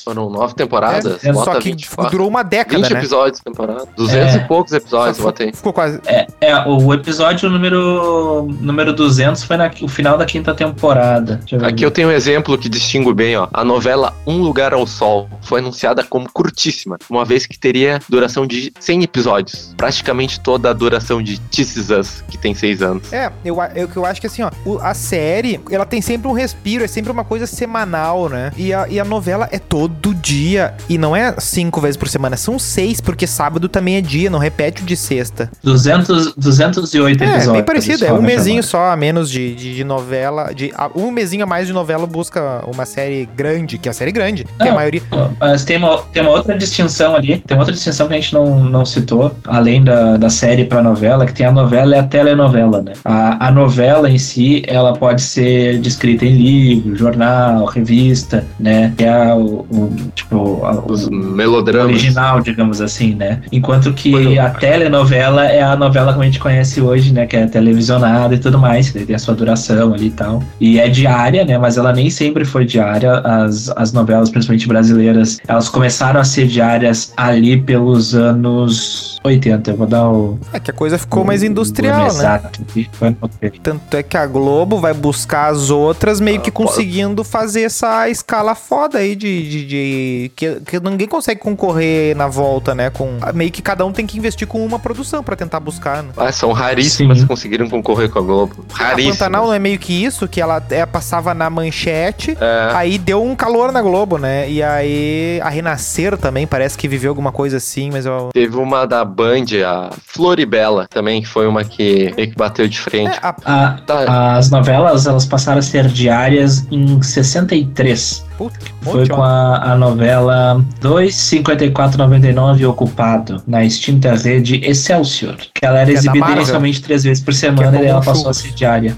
Foram nove temporadas. É, bota Só que 24. durou uma década, 20 né? episódios temporada. 200 É. e poucos episódios, Só bota aí. que Ficou quase. É, o episódio número, número 200 foi na, o final da quinta temporada. Deixa ver. Aqui eu tenho um exemplo que distingo bem, ó. A novela Um Lugar ao Sol foi anunciada como curtíssima, uma vez que teria duração de 100 episódios. Praticamente toda a duração de This Is Us, que tem 6 anos. É, eu, a- eu, que eu acho que assim, ó, o- a série, ela tem sempre um respiro, é sempre uma coisa semanal, né? E a, e a novela é todo dia. E não é cinco vezes por semana, são seis, porque sábado também é dia, não repete o de sexta. 200, 208 É, episódios. bem parecido, é How I um Met Your mesinho só a menos de, de, de novela. De, a- um mesinho a mais de novela busca uma série grande, que é a série grande, que a Não. maioria. Mas tem uma, tem uma outra distinção ali, tem uma outra distinção que a gente não, não citou, além da, da série pra novela, que tem a novela e a telenovela, né? A, a novela em si, ela pode ser descrita em livro, jornal, revista, né? Que é o, o- tipo, a- Os o melodramas. original, digamos assim, né? Enquanto Quando- que a telenovela é a novela como a gente conhece hoje, né? Que é televisionada e tudo mais, que tem a sua duração ali e tal. E é diária, né? Mas ela nem sempre foi diária. As, as novelas, principalmente brasileiras, elas começaram a ser diárias ali pelos anos 80. Eu vou dar o. É que a coisa ficou o- mais o ano industrial, né? Exato. aqui, que eu anotei. Tanto é que a Globo vai buscar as outras meio que Ah, pô. conseguindo fazer essa escala foda aí de. de- de- que, que ninguém consegue concorrer na volta, né? Com, meio que cada um tem que investir com uma produção pra tentar buscar, né? Ah, são raríssimas Sim. que conseguiram concorrer com a Globo. A Pantanal Raríssimas. não é meio que isso, que ela é, passava na manchete, É, aí deu um calor na Globo, né? E aí a Renascer também parece que viveu alguma coisa assim, mas eu. teve uma da Band, a Floribela, também, que foi uma que meio que bateu de É, frente. a- A, Tá, as novelas, elas passaram a ser diárias em 63. puta, que Foi um monte, ó. com a, a novela 25499 Ocupado, na extinta rede Excelsior. Que ela era Que é da exibida Marvel. inicialmente três vezes por Que é semana como e ela um passou a churros. ser diária.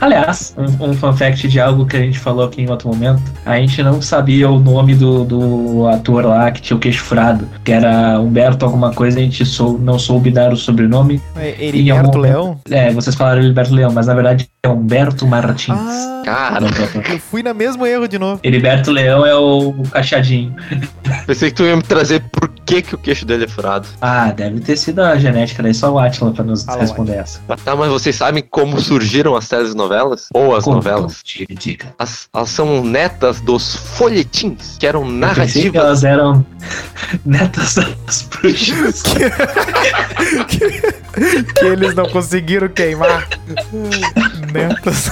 Aliás, um, um fun fact de algo que a gente falou aqui em outro momento. A gente não sabia o nome do, do ator lá que tinha o queixo furado, que era Humberto alguma coisa, a gente sou, não soube dar o sobrenome. Heriberto algum- Leão. É, vocês falaram Humberto Leão, mas na verdade é Humberto Martins. um Ah, Cara, eu fui no mesmo erro de novo. Heriberto Leão é o cachadinho. pensei que tu ia me trazer por que, que o queixo dele é furado. Ah, deve ter sido a genética daí, só o Atila pra nos Fala, responder essa. Tá, mas vocês sabem como surgiram as telenovelas? Ou as Conta, novelas? Diga, diga. As- elas são netas dos folhetins, que eram Eu pensei que narrativas. elas eram netas das bruxas. que eles não conseguiram queimar. Netas.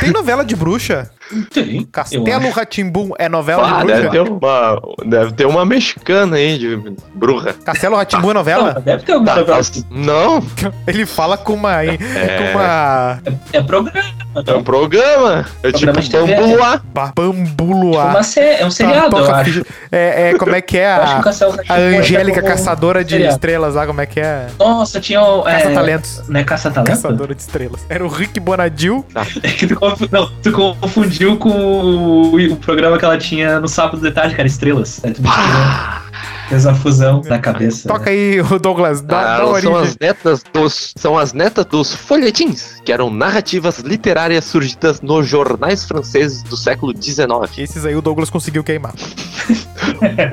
Tem novela de bruxa? Tem. Eu Castelo acho. Ratimbum é novela Ah, de deve bruxa? ter, uma, deve ter uma mexicana aí de bruxa. Castelo Ratimbum é Não, novela? deve ter um alguma Tá, novela. tá- não, Ele fala com uma. Com uma. É programa. é um programa. É Programa de tipo TV, bambuá. ba- Bambuluá. Uma sé- é um seriado, eu Tá, Toca acho. ficha. É, é, como é que é Eu acho que o a. Castelo A Rá-Tim-Bum é Angélica como- Caçadora de seriado. Estrelas lá, como é que é? Nossa, tinha o. é, Caça Talentos. Não é Caça-Talento? Caçadora de Estrelas. Era o Rick Bonadil. É que que tu, conf- não, tu confundiu com o, o programa que ela tinha no sábado de tarde, cara, Estrelas. Aí tu me tirou- fez a fusão da cabeça. Toca aí, o Douglas, dá, Ah, dá elas origem. são as netas dos são as netas dos folhetins, que eram narrativas literárias surgidas nos jornais franceses do século XIX. Esses aí o Douglas conseguiu queimar.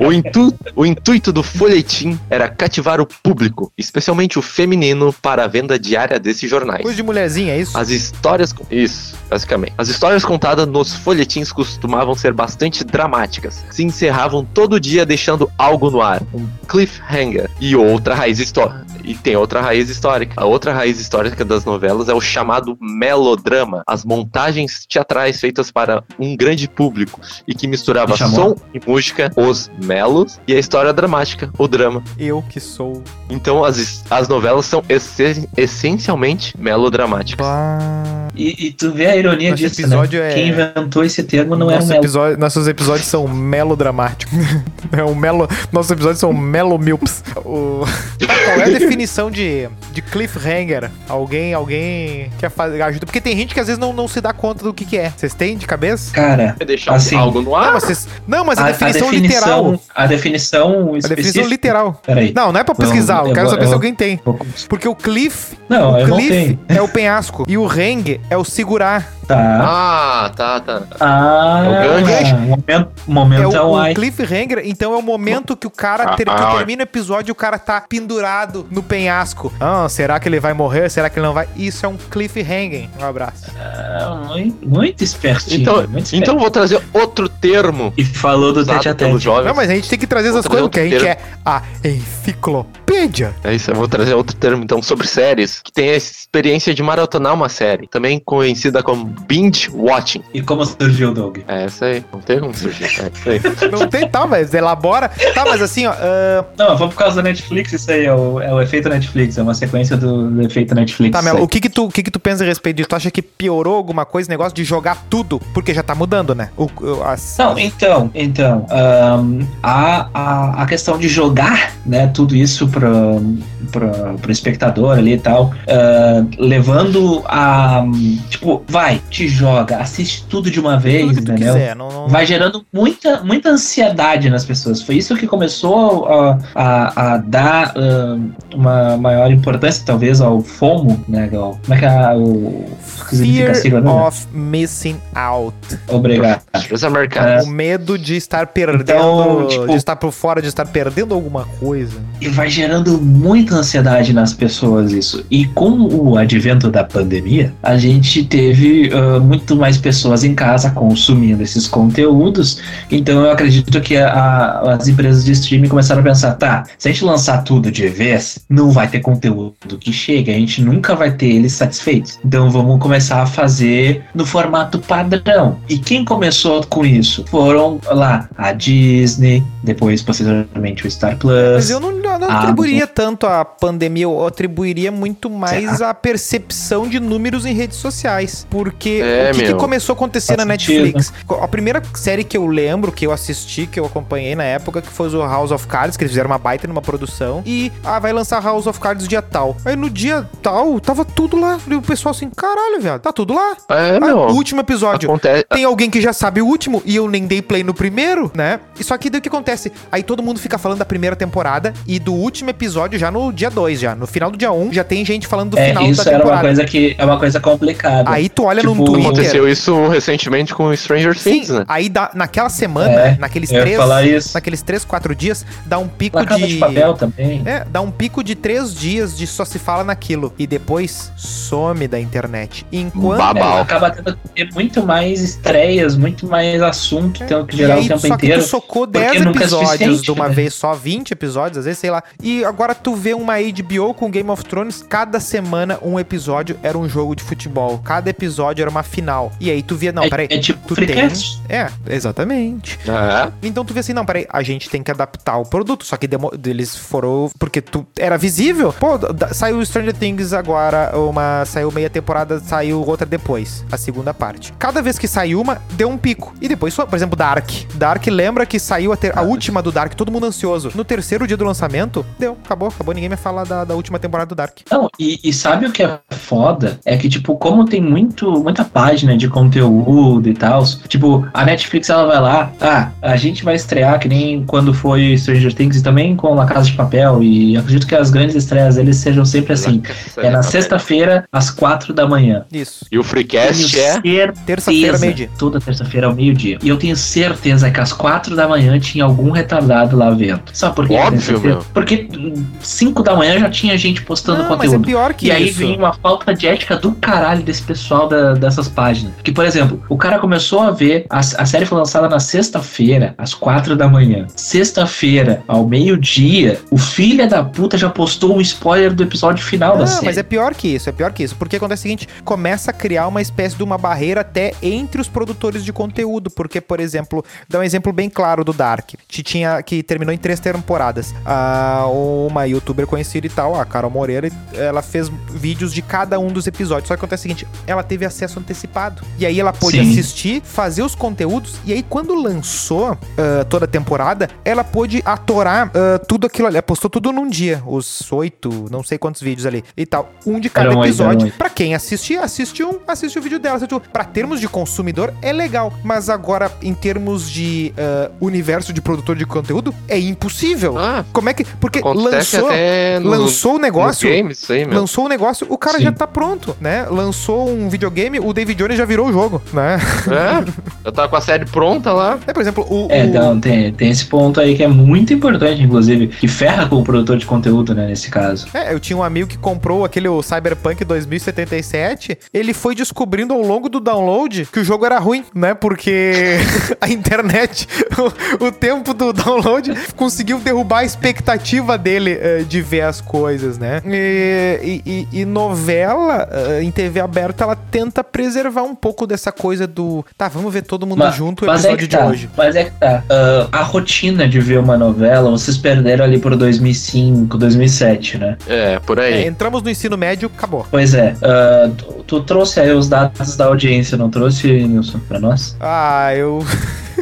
O, intu- o intuito do folhetim era cativar o público, especialmente o feminino, para a venda diária desses jornais. Coisa de mulherzinha, é isso? As histórias. Isso, basicamente. As histórias contadas nos folhetins costumavam ser bastante dramáticas. Se encerravam todo dia deixando algo no ar. Um cliffhanger. E outra raiz histórica. E tem outra raiz histórica. A outra raiz histórica das novelas é o chamado melodrama. As montagens teatrais feitas para um grande público e que misturava Me chamou. som e música, os melos, e a história dramática, o drama. Eu que sou. Então as, his- as novelas são essen- essencialmente melodramáticas. Bah. E, e tu vê a ironia Nosso disso, episódio né? é- Quem inventou esse termo não era Nosso um elo. episódio- nossos episódios são melodramáticos. É um melo, nossos episódios são melomilps. O... Qual é a definição de, de cliffhanger? Alguém, alguém quer fazer ajuda? Porque tem gente que às vezes não, não se dá conta do que, que é. Vocês têm de cabeça? Cara, É deixar Assim, algo no Não, ar. mas, vocês- não, mas a, definição literal. A definição A específica. definição literal. Peraí. Não, não é pra pesquisar. Não, eu quero eu- saber se eu- alguém tem. Vou- Porque o cliff, Não, eu o não cliff tenho. é o penhasco. E o hang é o segurar. Tá. Ah, tá, tá. Ah, É o gancho. momento, momento é é o, o o ai. cliffhanger, então é o momento que o cara ter- que Ah, ah, termina o episódio e o cara tá pendurado no penhasco. Ah, será que ele vai morrer? Será que ele não vai? Isso é um cliffhanger. Um abraço. Ah, Muito, muito espertinho. Então, muito espertinho. então vou trazer outro termo E falou do tete a usado pelo tete. jovem. Não, mas a gente tem que trazer essas coisas, Outro porque a gente é a enciclopédia. É isso, eu vou trazer outro termo então sobre séries, que tem a experiência de maratonar uma série, também conhecida como binge watching. E como surgiu o Doug? É essa aí, não tem como surgir. É isso aí. Não tem, tá, mas elabora. Tá, mas assim, ó. ah, Não, foi por causa da Netflix, isso aí é o, é o efeito Netflix, é uma sequência do, do efeito Netflix. tá, Melo, isso o que que, tu, o que que tu pensa a respeito disso? Tu acha que piorou alguma coisa, esse negócio de jogar tudo? Porque já tá mudando, né? O, o- as- aí. Não, então, então, ahn, a, a, a questão de jogar, né, tudo isso pro, pro, pro espectador ali e tal, ahn, levando a, tipo, vai, te joga, assiste tudo de uma vez, tudo que tu entendeu? quiser. Não, não, né? vai gerando muita, muita ansiedade nas pessoas. Foi isso que começou a, a, a dar ãh, uma maior importância, talvez, ao FOMO, né? Ao, como é que é o. que significa a Fear sigla, né? of missing out. Obrigado. Os americanos. O medo de estar perdendo, Então, tipo- de estar por fora, de estar perdendo alguma coisa. E vai gerando muita ansiedade nas pessoas isso. E com o advento da pandemia, a gente teve ãh, muito mais pessoas em casa consumindo esses conteúdos. Então eu acredito que a- a- as empresas de streaming começaram a pensar, tá, se a gente lançar tudo de vez, não vai ter conteúdo que chegue, a gente nunca vai ter eles satisfeitos. Então vamos começar a fazer no formato padrão. E quem começou com isso? Foram lá a Disney, depois posteriormente o Star Plus. Mas eu não, eu não Ah, atribuiria tanto a pandemia, eu atribuiria muito mais a percepção de números em redes sociais. Porque É, o que, que meu. começou a acontecer Faz na sentido. Netflix? A primeira série que eu lembro, que eu assisti, que eu acompanhei na época, que foi o House of Cards, que eles fizeram uma baita numa produção. E, ah, vai lançar House of Cards dia tal. Aí no dia tal, tava tudo lá. E o pessoal assim, caralho, velho, tá tudo lá. É, Ah, meu. último episódio. Acontece. Tem alguém que já sabe o último e eu nem dei play no primeiro, né? E só que daí o que acontece? Aí todo mundo fica falando da primeira temporada e do último episódio já no dia 2, já. No final do dia 1, um, já tem gente falando do é, final isso era da uma temporada. coisa que é uma coisa complicada. Aí tu olha no Tipo, Twitter. Aconteceu isso recentemente com Stranger Sim, Things, né? aí dá, naquela semana, É, naqueles eu ia três, falar isso. naqueles três, quatro dias, dá um pico Na casa de... de papel também. né? É, dá um pico de três dias de só se fala naquilo. E depois some da internet. Enquanto. É, Um Babau. acaba tendo que ter muito mais estreias, muito mais assunto, tendo que gerar É, e aí, o tempo só inteiro. que tu socou porque 10 nunca é episódios suficiente, de uma né? vez só, 20 episódios, às vezes, sei lá. E agora tu vê uma HBO com Game of Thrones, cada semana um episódio era um jogo de futebol, cada episódio era uma final. E aí tu via, não, é, peraí. é tipo tu freecast. É, exatamente. É. Então tu vê assim, não, peraí, a gente tem que adaptar o produto. Só que demo- eles foram. Porque tu era visível. Pô, da- saiu Stranger Things agora, uma. Saiu meia temporada, saiu outra depois. A segunda parte. Cada vez que saiu uma, deu um pico. E depois, só- por exemplo, Dark. Dark lembra que saiu a, ter- a última do Dark, todo mundo ansioso. No terceiro dia do lançamento, momento, deu, acabou, acabou. Ninguém me fala da, da última temporada do Dark. Não, e, e sabe o que é foda? É que, tipo, como tem muito, muita página de conteúdo e tal, tipo, a Netflix ela vai lá, ah, a gente vai estrear que nem quando foi Stranger Things e também com La Casa de Papel, e acredito que as grandes estreias deles sejam sempre assim. Tá É na sexta-feira, às quatro da manhã. Isso. E o Freecast Tenho é. certeza- Terça-feira, meio-dia. Toda terça-feira ao meio-dia. E eu tenho certeza que às quatro da manhã tinha algum retardado lá vendo. Sabe por quê? Óbvio, meu. Porque hum, cinco da manhã já tinha gente postando Não, mas é conteúdo. pior que E aí isso. vem uma falta de ética do caralho desse pessoal da- dessas páginas. Que, por exemplo, o cara começou a ver. A, a série foi lançada na sexta-feira, às quatro da manhã. Sexta-feira, ao meio-dia, o filho da puta já postou um spoiler do episódio final da Não, série. mas é pior que isso, é pior que isso. Porque acontece o seguinte, começa a criar uma espécie de uma barreira até entre os produtores de conteúdo. Porque, por exemplo, dá um exemplo bem claro do Dark, que, tinha, que terminou em três temporadas. Ah, uma youtuber conhecida e tal, a Carol Moreira, ela fez vídeos de cada um dos episódios. Só que acontece o seguinte, ela teve acesso antecipado. E aí ela pôde Sim. assistir, fazer os conteúdos, e aí quando lançou ah, toda a temporada, ela pôde atorar ah, tudo aquilo ali. Ela postou tudo num dia, os oito, não sei quantos vídeos ali e tal. Um de cada Eram oito, eram episódio. oito. Pra quem assiste, assiste um, assiste o vídeo dela. Assiste o... Pra termos de consumidor, é legal. Mas agora, em termos de ah, universo de produtor de conteúdo, é impossível. Ah, Como é que. Porque acontece lançou, até no, lançou o negócio. no game, isso aí, meu. Lançou o negócio, o cara Sim. já tá pronto, né? Lançou um videogame, o David Jones já virou o jogo, né? É, eu tava com a série pronta lá. É, por exemplo, o. É, o- então, tem, tem esse ponto aí que é muito importante, inclusive, que ferra com o produtor de conteúdo, né, nesse caso. É, eu tinha um amigo que comprou aquele o Cyberpunk 2077. Ele foi descobrindo ao longo do download que o jogo era ruim, né? Porque a internet, o, o tempo do download, conseguiu derrubar a expectativa dele eh, de ver as coisas, né? E, e- e- e novela eh, em TV aberta, ela tenta preservar um pouco dessa coisa do. Tá, vamos ver todo mundo Mas- junto o mas é episódio que de tá, hoje. Mas é que tá. Ah, a rotina de ver uma novela, vocês perderam ali por 2005, 2007, né? É, por É, aí. entramos no ensino médio, acabou. Pois é. ah, tu, tu trouxe aí os dados da audiência, não trouxe, Nilson, pra nós? Ah, eu.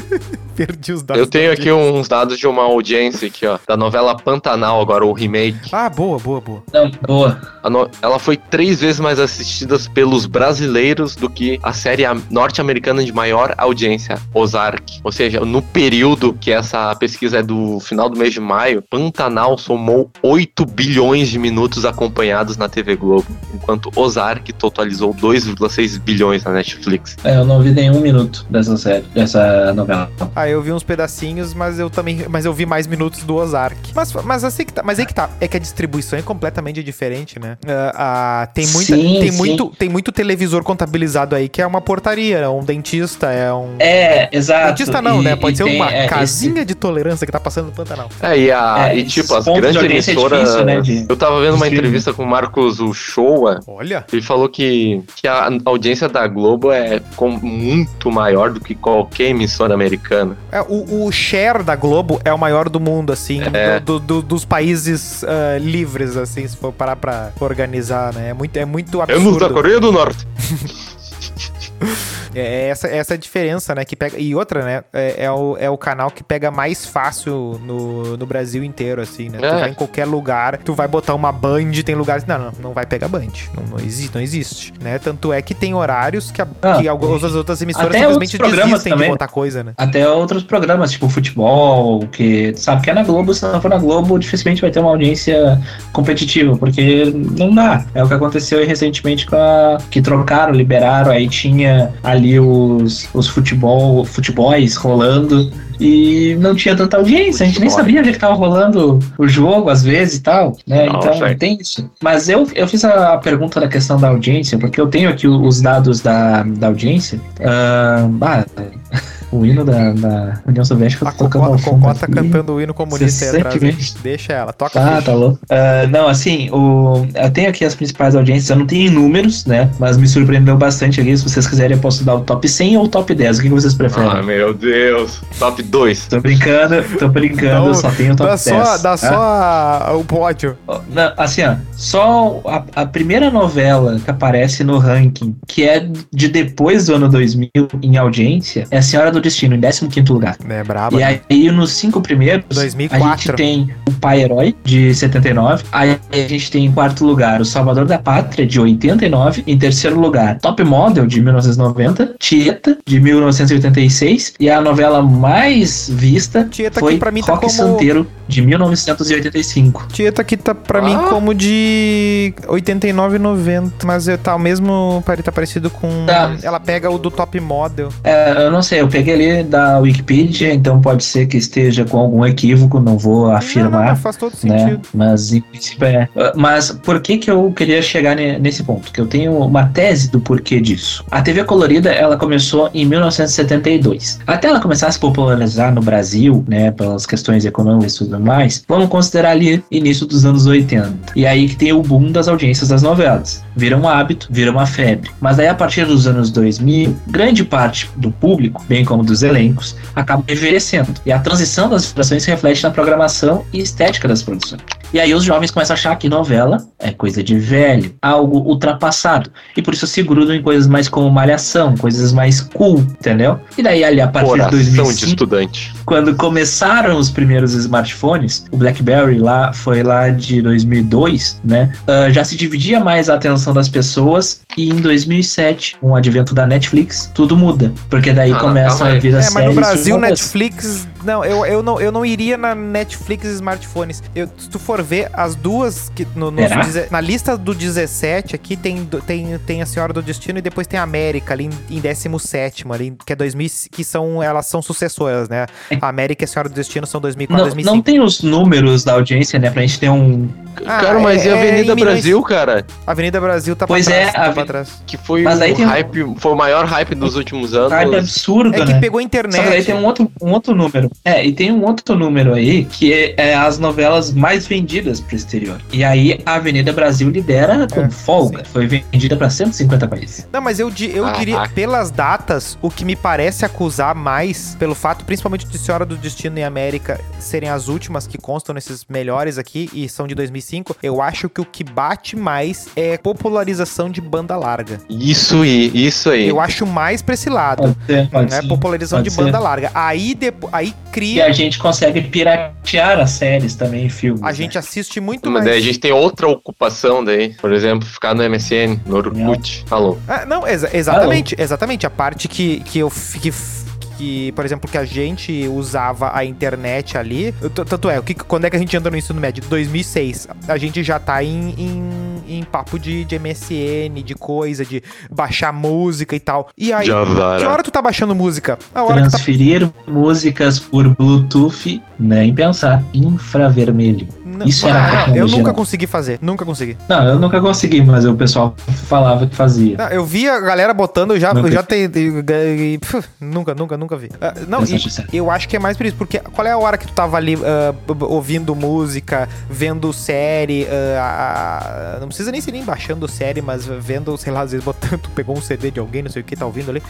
Perdi os dados. eu tenho da aqui uns dados de uma audiência aqui, ó. Da novela Pantanal, agora, o remake. Ah, boa, boa, boa. Não, boa. A no- Ela foi três vezes mais assistida pelos brasileiros do que a série am- norte-americana de maior audiência, Ozark. Ou seja, no período que essa pesquisa é do final do mês de maio, Pantanal somou 8 bilhões de minutos acompanhados na TV Globo, enquanto Ozark totalizou 2,6 bilhões na Netflix. É, eu não vi nenhum minuto dessa série, dessa novela. Ah, eu vi uns pedacinhos, mas eu também, mas eu vi mais minutos do Ozark. Mas, mas assim que tá, mas aí que tá, é que a distribuição é completamente diferente, né? Ah, ah, tem muita, Sim, tem sim. muito, tem muito televisor contabilizado aí que é uma portaria, é um dentista, é um É, exato. Dentista não, E- né? Pode e ser tem, uma é, esse- casinha de tolerância que tá passando no Pantanal. É, e, a, É, e tipo, esses as pontos de grandes audiência é emissoras. difícil, né, de- Eu tava vendo uma de entrevista com o Marcos Uchoa, Olha, Ele falou que, que a audiência da Globo é com- muito maior do que qualquer emissora americana. é, o, o share da Globo é o maior do mundo, assim, É. do- do- do- dos países ah, livres, assim, se for parar pra organizar, né? É muito, é muito Anos da absurdo. Coreia do Norte. É essa, essa diferença, né? Que pega, e outra, né? É, é o, é o canal que pega mais fácil no, no Brasil inteiro, assim, né? Tu É. vai em qualquer lugar, tu vai botar uma Band, tem lugares. Não, não, não vai pegar Band. Não, não existe, não existe. Né? Tanto é que tem horários que, a- Ah, que algumas as outras emissoras até simplesmente outros programas desistem de também. botar coisa, né? até outros programas, tipo futebol, que sabe que é na Globo, se não for na Globo, dificilmente vai ter uma audiência competitiva, porque não dá. É o que aconteceu aí recentemente com a. que trocaram, liberaram, aí tinha ali os, os futebol, futebols rolando. E não tinha tanta audiência, a gente nem Futebol. sabia onde é que tava rolando o jogo, às vezes e tal, né? Não, então certo. tem isso. Mas eu, eu fiz a pergunta da questão da audiência, porque eu tenho aqui os dados da, da audiência. Ah, bah, o hino da, da União Soviética A tá tocando Cocó, ao fundo Cocó tá aqui. cantando o hino comunista aí atrás. né? 60 Deixa ela, toca. Ah, ficha. tá louco. Ah, não, assim, o, eu tenho aqui as principais audiências, eu não tenho números, né? Mas me surpreendeu bastante aqui. Se vocês quiserem, eu posso dar o top 100 ou o top 10. O que que vocês preferem? Ah, meu Deus. Top 2. Tô brincando, tô brincando, Então, só tenho o top Dá 10. só, dá tá? só a- o pódio. Na- Assim, ó, só a, a primeira novela que aparece no ranking, que é de depois do ano 2000 em audiência, é A Senhora do Destino, em 15º lugar. É braba. E aí, nos cinco primeiros, 2004. a gente tem o Pai Herói, de 79. Aí a gente tem em quarto lugar o Salvador da Pátria, de 89. Em terceiro lugar, Top Model, de 1990. Tieta, de 1986. E a novela mais vista Tieta foi que pra mim tá Rock como- Santeiro, de 1985. Tieta que tá pra mim como de 89,90, mas eu tá o mesmo, pare- tá parecido com... Tá. Ela pega o do top model. É, eu não sei, eu peguei ali da Wikipedia, então pode ser que esteja com algum equívoco, não vou Não, não, não, afirmar. faz todo né? sentido. Mas em princípio é. Ah, Mas por que que eu queria chegar ne- nesse ponto? Que eu tenho uma tese do porquê disso. A TV colorida ela começou em 1972. Até ela começar a se popularizar no Brasil, né, pelas questões econômicas e tudo mais, vamos considerar ali início dos anos 80. E aí que tem o boom das audiências das novelas. Vira um hábito, vira uma febre. Mas aí a partir dos anos 2000, grande parte do público, bem como dos elencos, acaba envelhecendo. E a transição das gerações se reflete na programação e estética das produções. E aí os jovens começam a achar que novela é coisa de velho, algo ultrapassado. E por isso se grudam em coisas mais como malhação, coisas mais cool, entendeu? E daí ali a partir Coração de 2005, de estudante. quando começaram os primeiros smartphones, o BlackBerry lá foi lá de 2002, né? ah, já se dividia mais a atenção das pessoas e em 2007, com o advento da Netflix, tudo muda, porque daí Ah, começam calma aí. a vir as É, mas no séries Brasil, novelas. Netflix. Não, eu, eu não, eu não iria na Netflix e smartphones. Eu- se tu for ver as duas que no, no- Será? deze- na lista do 17 aqui tem, do- tem, tem a Senhora do Destino e depois tem a América ali em, em 17 ali, que é 2000, que são elas são sucessoras, né? A América e a Senhora do Destino são 2004, Não, É. não 2005. tem os números da audiência, né? Pra gente ter um. Ah, cara, mas e a é- é Avenida em milhões. Brasil, cara? Avenida Brasil tá Pois pra é, trás, tá a pra Aven- trás. Que foi Mas aí o tem um- hype, foi o maior hype dos últimos anos. Tarde absurdo, É né? que pegou a Só que daí tem internet. um outro, um outro número. É, e tem um outro número aí que é, é as novelas mais vendidas pro exterior. E aí a Avenida Brasil lidera com É, folga. Foi vendida pra 150 países. Não, mas eu, di- eu Caraca. diria, pelas datas, o que me parece acusar mais, pelo fato, principalmente de Senhora do Destino e América serem as últimas que constam nesses melhores aqui e são de 2005, eu acho que o que bate mais é popularização de banda larga. Isso aí, isso aí. Eu acho mais pra esse lado. Pode ser, Então, pode né? ser. Popularização pode de ser. banda larga. Aí, depo- aí E cria. a gente consegue piratear as séries também, filmes. A né? gente é assiste muito Mas mais. daí a gente tem outra ocupação daí. Por exemplo, ficar no MSN, É. no Orkut. Alô. Ah, não, exa- exatamente, exatamente. A parte que, que eu f- que, f- que, por exemplo, que a gente usava a internet ali. Eu t- Tanto é, o que, quando é que a gente anda no ensino médio? 2006. A gente já tá em, em, em papo de, de MSN, de coisa, de baixar música e tal. E aí, que Javara. hora tu tá baixando música? A hora que tá. Transferir músicas por Bluetooth, nem pensar. Infravermelho. Não, Isso não, era não, Eu tecnologia. nunca consegui fazer. Nunca consegui. Não, eu nunca consegui, mas o pessoal falava que fazia. Não, Ah, eu vi a galera botando, eu já, Nunca eu já te, e- e- puf, Nunca, nunca, nunca vi. Ah, não, Essa e, justiça. Eu acho que é mais por isso, porque qual é a hora que tu tava ali ah, b- b- ouvindo música, vendo série, ah, ah, não precisa nem ser nem baixando série, mas vendo, sei lá, às vezes botando, tu pegou um CD de alguém, não sei o que, tá ouvindo ali.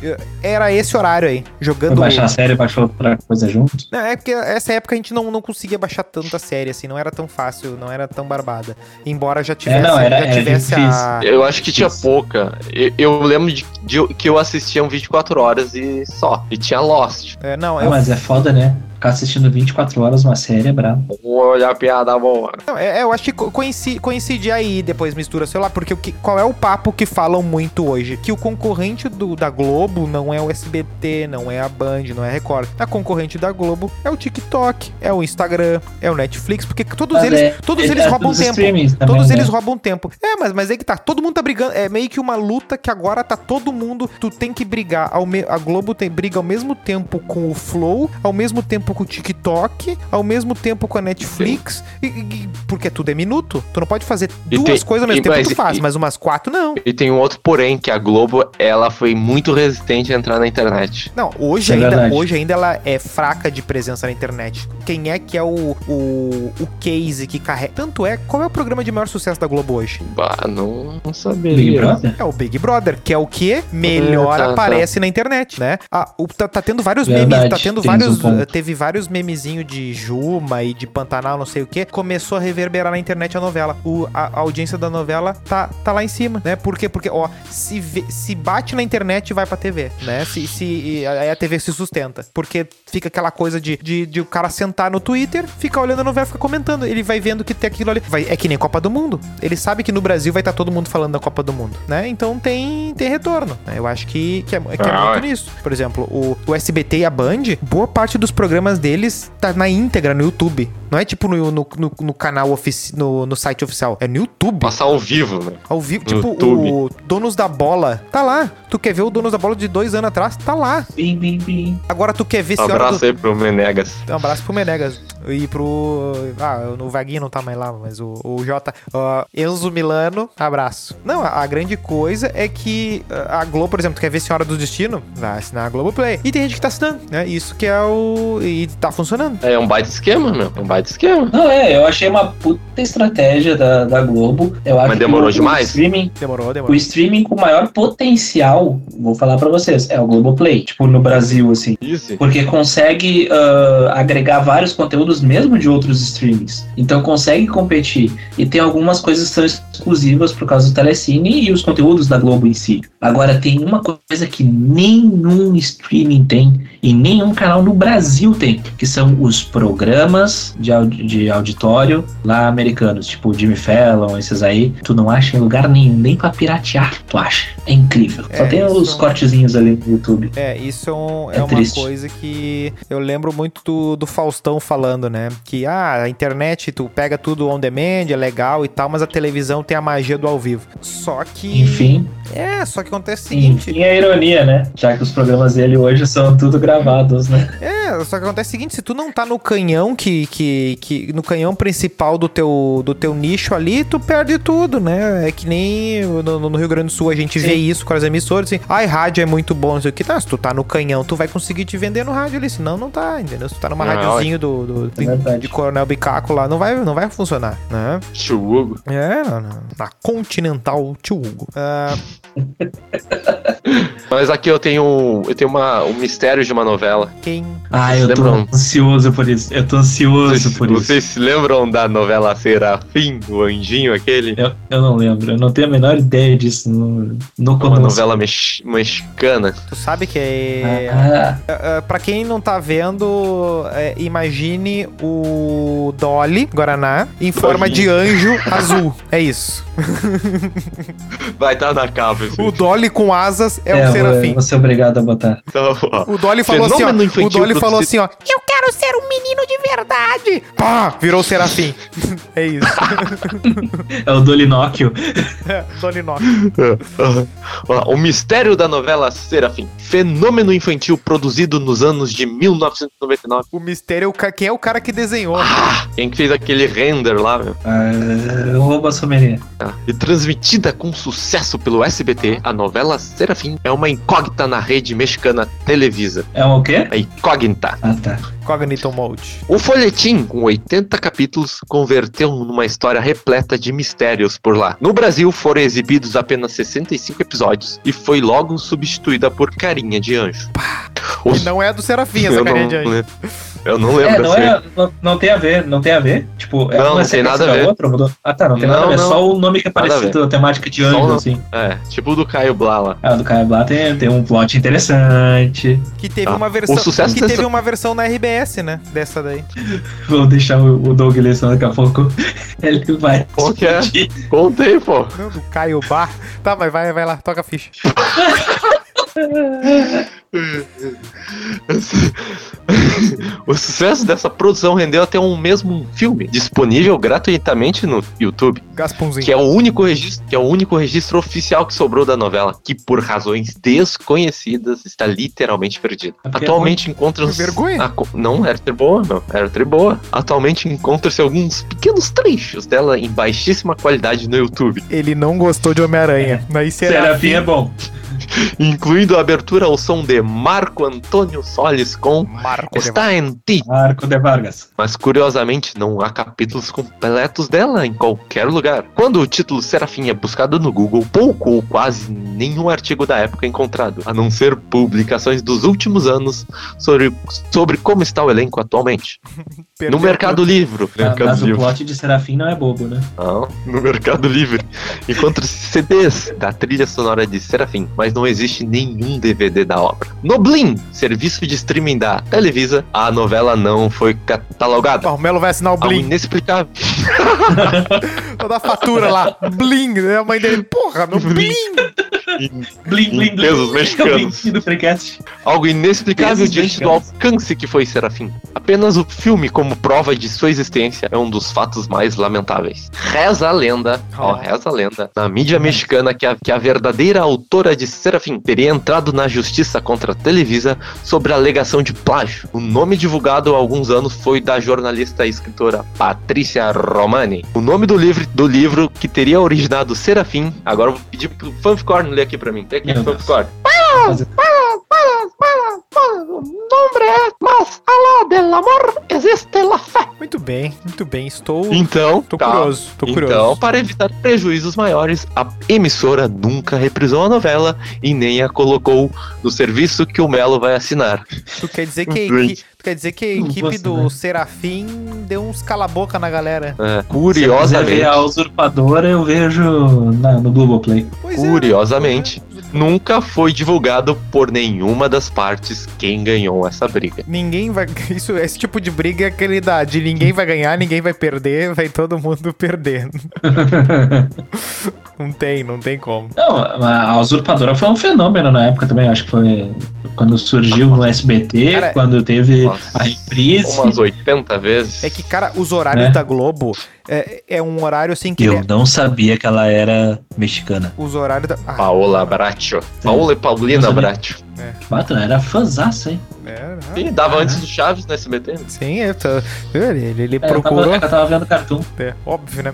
Era esse horário aí, Foi jogando. baixar a série, baixou outra coisa junto. Não, é porque essa época a gente não, não conseguia baixar tanta série, assim, não era tão fácil, não era tão barbada. Embora já tivesse, É, não, era- já era tivesse a. Eu acho que tinha pouca. Eu, eu lembro de, de- que eu assistia um 24 horas e só. E tinha Lost. É, não, Ah, eu mas é foda, né? Ficar assistindo 24 horas uma série é brabo. Vou olhar a piada boa. Não, é, é, eu acho que co- coinci- coincide aí, depois mistura, sei lá, porque o que- qual é o papo que falam muito hoje? Que o concorrente do- da Globo não é o SBT, não é a Band, não é a Record. A concorrente da Globo é o TikTok, é o Instagram, é o Netflix, porque todos Mas eles, é- todos é- eles é roubam dos tempo. streamings também, todos né? eles roubam tempo. É, mas, mas é que tá, todo mundo tá brigando. É meio que uma luta que agora tá todo mundo. Tu tem que brigar. Ao me- a Globo tem, briga ao mesmo tempo com o Flow, ao mesmo tempo com o TikTok, ao mesmo tempo com a Netflix. E, e- e- porque tudo é minuto. Tu não pode fazer E duas tem- coisas ao mesmo e tempo, mas- tu faz, e- mas umas quatro não. E tem um outro porém, que a Globo, ela foi muito resistente a entrar na internet. Não, hoje, É ainda, verdade. hoje ainda ela é fraca de presença na internet. Quem é que é o, o, o case que carrega? Tanto é, qual é o programa de maior sucesso da Globo hoje? Bah, não, não Big saberia. Brother? É o Big Brother, que é o que melhor Hum, tá, aparece na internet, né? Ah, o- tá, tá tendo vários Verdade, memes, tá tendo tens vários. um ponto. teve vários memezinhos de Juma e de Pantanal tal, não sei o que, começou a reverberar na internet a novela. O, a, a audiência da novela tá, tá lá em cima, né? Por quê? Porque, ó, se, vê- se bate na internet, vai pra TV, né? Se, se, e aí a TV se sustenta. Porque fica aquela coisa de, de, de o cara sentar no Twitter, ficar olhando a novela, ficar comentando. Ele vai vendo que tem aquilo ali. Vai- é que nem Copa do Mundo. Ele sabe que no Brasil vai estar todo mundo falando da Copa do Mundo, né? Então tem, tem retorno. né? Eu acho que, que é, que é Ah, muito é. nisso. Por exemplo, o, o SBT e a Band, boa parte dos programas deles tá na íntegra no YouTube. Não é tipo no, no, no- no canal ofici no, no site oficial. É no YouTube. Passar ao vivo, né? Ao vivo, No tipo, YouTube. o Donos da Bola tá lá. Tu quer ver o Donos da Bola de dois anos atrás? Tá lá. Bim, bim, bim. Agora tu quer ver Um se hora do- abraço aí pro Menegas. um abraço pro Menegas e pro. Ah, o Vaguinho não tá mais lá, mas o, o Jota. ó, Enzo Milano, abraço. Não, a, a grande coisa é que ah, a Globo, por exemplo, tu quer ver Senhora do Destino? Vai assinar a Globoplay. E tem gente que tá assinando, né? Isso que é o. E tá funcionando. É um baita esquema, meu. É um baita esquema. Não, é, eu achei uma puta estratégia da, da Globo. Eu acho Mas demorou que o- demais? O streaming, Demorou, demorou. o streaming com maior potencial, vou falar pra vocês, é o Globoplay. Tipo, no Brasil, assim. Easy. Porque consegue ah, agregar vários conteúdos, mesmo de outros streamings. Então consegue competir. E tem algumas coisas que são exclusivas por causa do Telecine e os conteúdos da Globo em si. Agora, tem uma coisa que nenhum streaming tem e nenhum canal no Brasil tem, que são os programas de, audi- de auditório lá americanos, tipo Jimmy Fallon, esses aí. Tu não acha em lugar nenhum, nem pra piratear, tu acha. É incrível. Só É, tem isso os é um- cortezinhos ali no YouTube. É, isso é, um- é É uma triste. coisa que eu lembro muito do, do Faustão falando, né? Que ah, a internet, tu pega tudo on demand, é legal e tal, mas a televisão tem a magia do ao vivo. Só que. Enfim. É, só que acontece o seguinte. Enfim, a ironia, né? Já que os programas dele hoje são tudo gravados, né? É, só que acontece o seguinte, se tu não tá no canhão que, que, que no canhão principal do teu, do teu nicho ali, tu perde tudo, né? É que nem no, no Rio Grande do Sul a gente Sim. vê isso com as emissoras, assim, ai, rádio é muito bom, não sei o que, tá, se tu tá no canhão, tu vai conseguir te vender no rádio ali, senão não tá, entendeu? Se tu tá numa Não, radiozinho do, do- É verdade. de Coronel Bicaco lá, não vai, não vai funcionar, né? Tio Hugo. É, na, na- na Continental Tio Hugo. Ah, Mas aqui eu tenho. Eu tenho uma, um mistério de uma novela. quem... Ah, Vocês eu tô lembram? ansioso por isso. Eu tô ansioso Vocês, por isso. vocês se lembram da novela Serafim, do Anjinho aquele? Eu, eu não lembro, eu não tenho a menor ideia disso. Não, não Uma conosco. novela mex- mexicana. Tu sabe que é... Ah, Ah, Pra quem não tá vendo, é, imagine o Dolly Guaraná em forma de anjo azul. É isso. Vai estar na capa isso. O Dolly com asas é, é, o eu vou, eu serafim. vou ser obrigado a botar. Então, ó. O Dolly falou assim, Fenômeno ó. O infantil Dolly falou assim, produzido. ó. Eu quero ser um menino de verdade. Pá! Virou o serafim. é isso. É o Dolinóquio. Dolly Nox. Ó, O mistério da novela Serafim. Fenômeno infantil produzido nos anos de 1999. O mistério é o ca- quem é o cara que desenhou. Quem que fez aquele render lá, meu? Ah, Rouba a someria. Tá. E transmitida com sucesso pelo SBT, a novela Serafim é uma incógnita na rede mexicana Televisa. É um o quê? A incógnita. Ah, tá. Cognito Mode. O folhetim, com 80 capítulos, converteu numa história repleta de mistérios por lá. No Brasil, foram exibidos apenas 65 episódios e foi logo substituída por Carinha de Anjo. Que não é a do serafim, essa eu, não, carinha de anjo. le- eu não É, lembro não, assim. é, não, não tem a ver, não tem a ver. Tipo, é Não, não uma tem sequência nada a da ver. outra, mudou. Ah, tá, não tem Não, nada a ver. não. Só o nome que é Nada a parecido, a temática de Só anjo, o- assim. É, tipo o do Caio Blá lá. Ah, do Caio Blá tem, tem um plot interessante. Que teve Tá. uma O versão. sucesso Que dessa- teve uma versão na RBS, né? Dessa daí. Vamos deixar o o Doug ler, senão daqui a pouco ele vai. Qual que é? explodir. Contei, pô. Não, do Caio Bar. Tá, mas vai, vai lá, toca a ficha. o sucesso dessa produção rendeu até um mesmo filme, disponível gratuitamente no YouTube. Gaspunzinho. que é o único registro, que é o único registro oficial que sobrou da novela, que por razões desconhecidas está literalmente perdida. É porque Atualmente encontram Que vergonha. não era ter boa, não era ter boa. Atualmente encontram-se alguns pequenos trechos dela em baixíssima qualidade no YouTube. Ele não gostou de Homem-Aranha. Mas será? Serafim é bom. incluindo a abertura ao som de Marco Antônio Solis com Marco de Está em ti. Marco de Vargas. Mas curiosamente, não há capítulos completos dela em qualquer lugar. Quando o título Serafim é buscado no Google, pouco ou quase nenhum artigo da época é encontrado, a não ser publicações dos últimos anos sobre, sobre como está o elenco atualmente. Perdeu No Mercado Livre. Ah, Mercado Mas o Livre. plot de Serafim não é bobo, né? Não, no Mercado Livre. Encontra-se CDs da trilha sonora de Serafim, mas não existe nenhum DVD da obra. No Blim, serviço de streaming da Televisa, a novela não foi tudo. catalogada. Bom, o Melo vai assinar o Algo Bling. inexplicável. Toda a fatura lá. Bling. né? A mãe dele, porra, meu Bling. Blim, blim, blim. Pesos mexicanos. É o blim do Freecast. Algo inexplicável Esses diante do mexicanos. alcance que foi Serafim. Apenas o filme, como prova de sua existência, é um dos fatos mais lamentáveis. Reza a lenda, ó, Ah. reza a lenda, na mídia mexicana que a, que a verdadeira autora de Serafim teria entrado na justiça contra a Televisa sobre a alegação de plágio. O nome divulgado há alguns anos foi da jornalista e escritora Patrícia Romani. O nome do livro, do livro que teria originado Serafim, agora eu vou pedir pro Fanficorn ler aqui pra mim. Tem aqui, Meu Deus. Fanficorn. Ah, Nombre es más allá del amor, existe la fe. Muito bem, muito bem. Estou. Então, Tô tá. curioso, tô curioso. Então, para evitar prejuízos maiores, a emissora nunca reprisou a novela e nem a colocou no serviço que o Melo vai assinar. Tu quer dizer que, Doente. que- tu quer dizer que a Não equipe posso, do né? Serafim deu uns cala-boca na galera? É, Se eu quiser curiosamente, ver a usurpadora, eu vejo na, no Globoplay. Pois é, Curiosamente, né? nunca foi divulgado por nenhuma das partes quem ganhou essa briga. Ninguém vai. Isso, esse tipo de briga é aquele da de ninguém vai ganhar, ninguém vai perder, vai todo mundo perder. Não tem, não tem como. Não, a a usurpadora foi um fenômeno na época também. Acho que foi quando surgiu no SBT, Cara, quando teve nossa, a reprise. Umas 80 vezes. É que, cara, os horários Né? da Globo é, é um horário assim que. ele Eu é- não sabia que ela era mexicana. os horários da. Ah, Paola Bracho. Paola e Paulina Mas- Bracho. Bato, era fãzaça, hein? é, né? Sim, dava antes do Chaves né, no SBT. Sim, é, tá- ele, ele, ele É, eu tava, procurou. eu tava vendo cartoon. É, óbvio, né?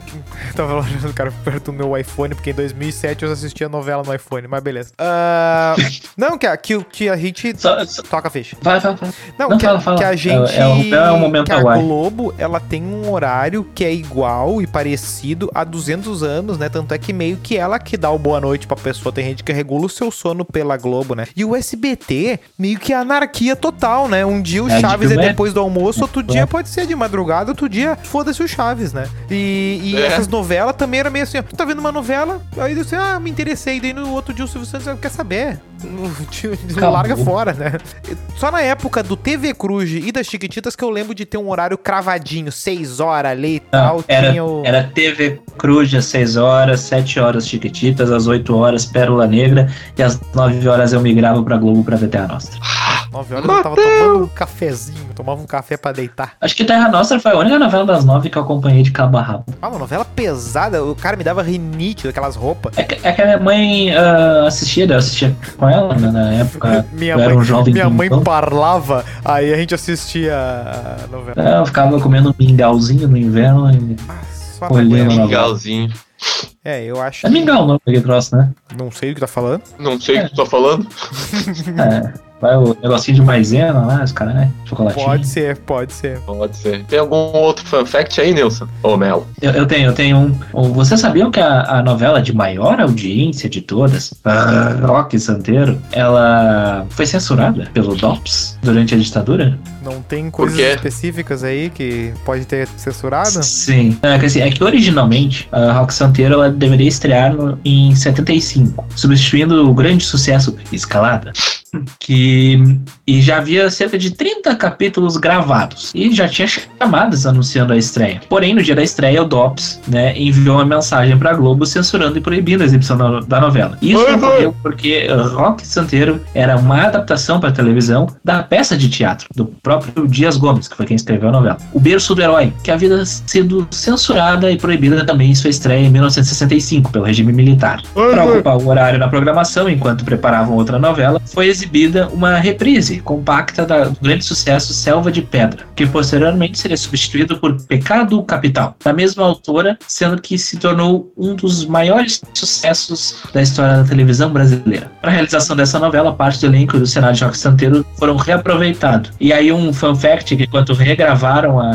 Eu tava olhando o cara perto do meu iPhone, porque em 2007 eu assistia novela no iPhone, mas beleza. Ah, não, que a, que, o- que a gente. Só- só- Toca a ficha. Vai, vai, vai. Não, Não, que, fala, fala. que a É- gente. é o- é o momento que a Hawaii. Globo, ela tem um horário que é igual e parecido há 200 anos, né? Tanto é que meio que ela que dá o boa noite pra pessoa. Tem gente que regula o seu sono pela Globo, né? E o SBT, meio que é anarquia total, né? Um dia o É, de Chaves é filme é- depois do almoço, outro é. dia pode ser de madrugada, outro dia foda-se o Chaves, né? E, e É. essas novelas também era meio assim, ó, tu tá vendo uma novela, aí você, ah, me interessei, daí no outro dia o Silvio Santos, ah, quer saber? Tipo, Acabou. Larga fora, né? Só na época do TV Cruz e das Chiquititas que eu lembro de ter um horário cravadinho, 6 horas ali e tal. Ah, era- tinha o... Era TV Cruz às 6 horas, 7 horas Chiquititas, às 8 horas Pérola Negra e às 9 horas eu migrava pra Globo pra ver Terra Nostra. 9 horas eu tava tomando um cafezinho, tomava um café pra deitar. Acho que Terra Nostra foi a única novela das 9 que eu acompanhei de cabo a rabo. Ah, uma novela pesada, o cara me dava rinite daquelas roupas. É que, é que a minha mãe ah, assistia, daí eu assistia com ela né, na época. Minha eu mãe, era um jovem minha mãe pimpão. parlava, aí a gente assistia a novela. É, Eu ficava comendo um mingauzinho no inverno. E... Ah, só Olhando na lá. guerra. Legalzinho. É, eu acho. É mingau o nome daquele troço, né? que- Não sei o que tá falando. Não sei o que tu tá falando. É, vai o negocinho de maisena lá, os caras, né? Chocolatinho. Pode ser, pode ser. Pode ser. Tem algum outro fun fact aí, Nilson? Ô, Melo. Eu, eu tenho, eu tenho um. um vocês sabiam que a, a novela de maior audiência de todas, Rock Santeiro, ela foi censurada pelo DOPS durante a ditadura? Não tem Por coisas quê? específicas aí que pode ter censurado? Sim. É que, assim, é que originalmente a Rock Santeiro ela deveria estrear no- em 75, substituindo o grande sucesso Escalada. Que e já havia cerca de 30 capítulos gravados e já tinha chamadas anunciando a estreia. Porém, no dia da estreia, o DOPS né, enviou uma mensagem para Globo censurando e proibindo a exibição da, da novela. Isso Oi, ocorreu porque Rock Santeiro era uma adaptação para televisão da peça de teatro do próprio Dias Gomes, que foi quem escreveu a novela. O Berço do Herói, que havia sido censurada e proibida também em sua estreia em 1965 pelo regime militar. Para ocupar o horário na programação enquanto preparavam outra novela, foi exibida uma reprise compacta da- do grande sucesso Selva de Pedra, que posteriormente seria substituído por Pecado Capital, da mesma autora, sendo que se tornou um dos maiores sucessos da história da televisão brasileira. Para a realização dessa novela, parte do elenco do Senado de Roque Santeiro foram reaproveitados. E aí um fun fact, que quando regravaram a,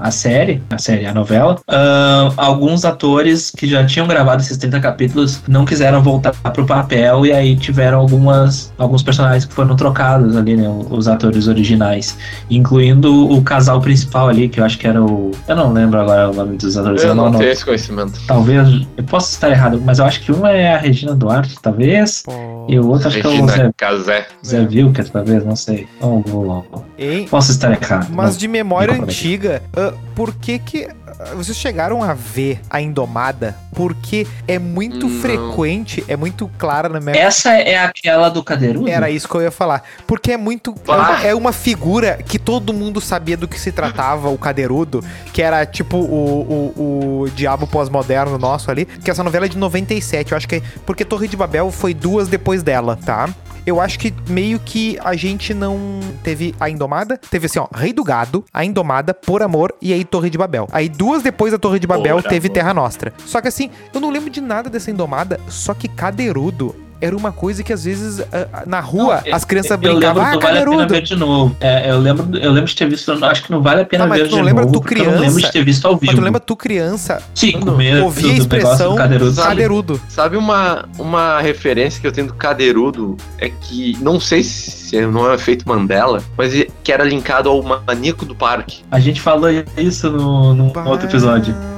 a, a série, a série, a novela, ah, alguns atores que já tinham gravado esses 30 capítulos não quiseram voltar pro papel e aí tiveram algumas, alguns personagens que foram trocados ali, né, os atores originais, incluindo o casal principal ali, que eu acho que era o... Eu não lembro agora o nome dos atores, Eu não anoto. tenho esse conhecimento. Talvez, eu posso estar errado, mas eu acho que uma é a Regina Duarte, talvez, Pô, e o outro acho que é o Zé, Regina Casé. Zé Wilker, talvez, não sei. Não vou- hein? Posso estar errado. Mas de memória Nunca comentei. antiga, ah, por que que ah, vocês chegaram a ver a Indomada? Porque é muito Não. frequente, é muito clara na minha Essa é aquela do Cadeirudo? Era isso que eu ia falar. Porque é muito. é Ah. uma- É uma figura que todo mundo sabia do que se tratava, o Cadeirudo, que era tipo o, o, o diabo pós-moderno nosso ali. Que essa novela é de 97, eu acho que. é- Porque Torre de Babel foi duas depois dela, tá? Eu acho que meio que a gente não teve a Indomada, teve assim, ó, Rei do Gado, a Indomada, Por Amor e aí Torre de Babel. Aí duas depois da Torre de Babel Por teve Amor. Terra Nostra. Só que assim, eu não lembro de nada dessa Indomada, só que Cadeirudo era uma coisa que às vezes ah, ah, na rua Não, as crianças eu lembro brincavam, ah, do Vale a Pena cadeirudo. Ver de novo. É, eu, lembro, eu lembro de ter visto, acho que não Vale a Pena Tá, mas Ver tu não de lembra novo. tu porque Eu não lembro criança? de ter visto ao vivo. Mas tu lembra tu criança, Sim, quando comer ouvia do a negócio expressão- do Cadeirudo. cadeirudo. Sabe uma, uma referência que eu tenho do Cadeirudo? É que, não sei se não é o efeito Mandela, mas é- que era linkado ao maníaco do parque. A gente falou isso no, num Um outro episódio. Bah,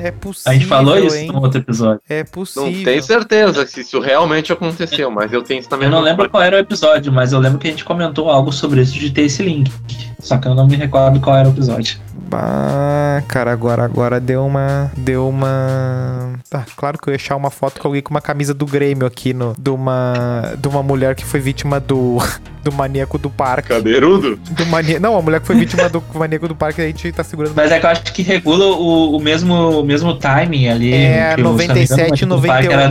É possível. A gente falou isso hein? num outro episódio. É Não possível. tenho certeza se isso realmente aconteceu, mas eu tenho isso também. Eu não lembro qual era o episódio, mas eu lembro que a gente comentou algo sobre isso de ter esse link. Só que eu não me recordo qual era o episódio. Bah, cara, agora, agora deu uma. Deu uma. Tá, claro que eu ia achar uma foto com alguém com uma camisa do Grêmio aqui, no, de, uma, de uma mulher que foi vítima do. Do maníaco do parque. Cadeirudo? Do mania... Não, a mulher que foi vítima do maníaco do parque, a gente tá segurando. Mas é que eu acho que regula o, o mesmo, o mesmo timing ali. É, que o- se não me engano, 97, o Parque Era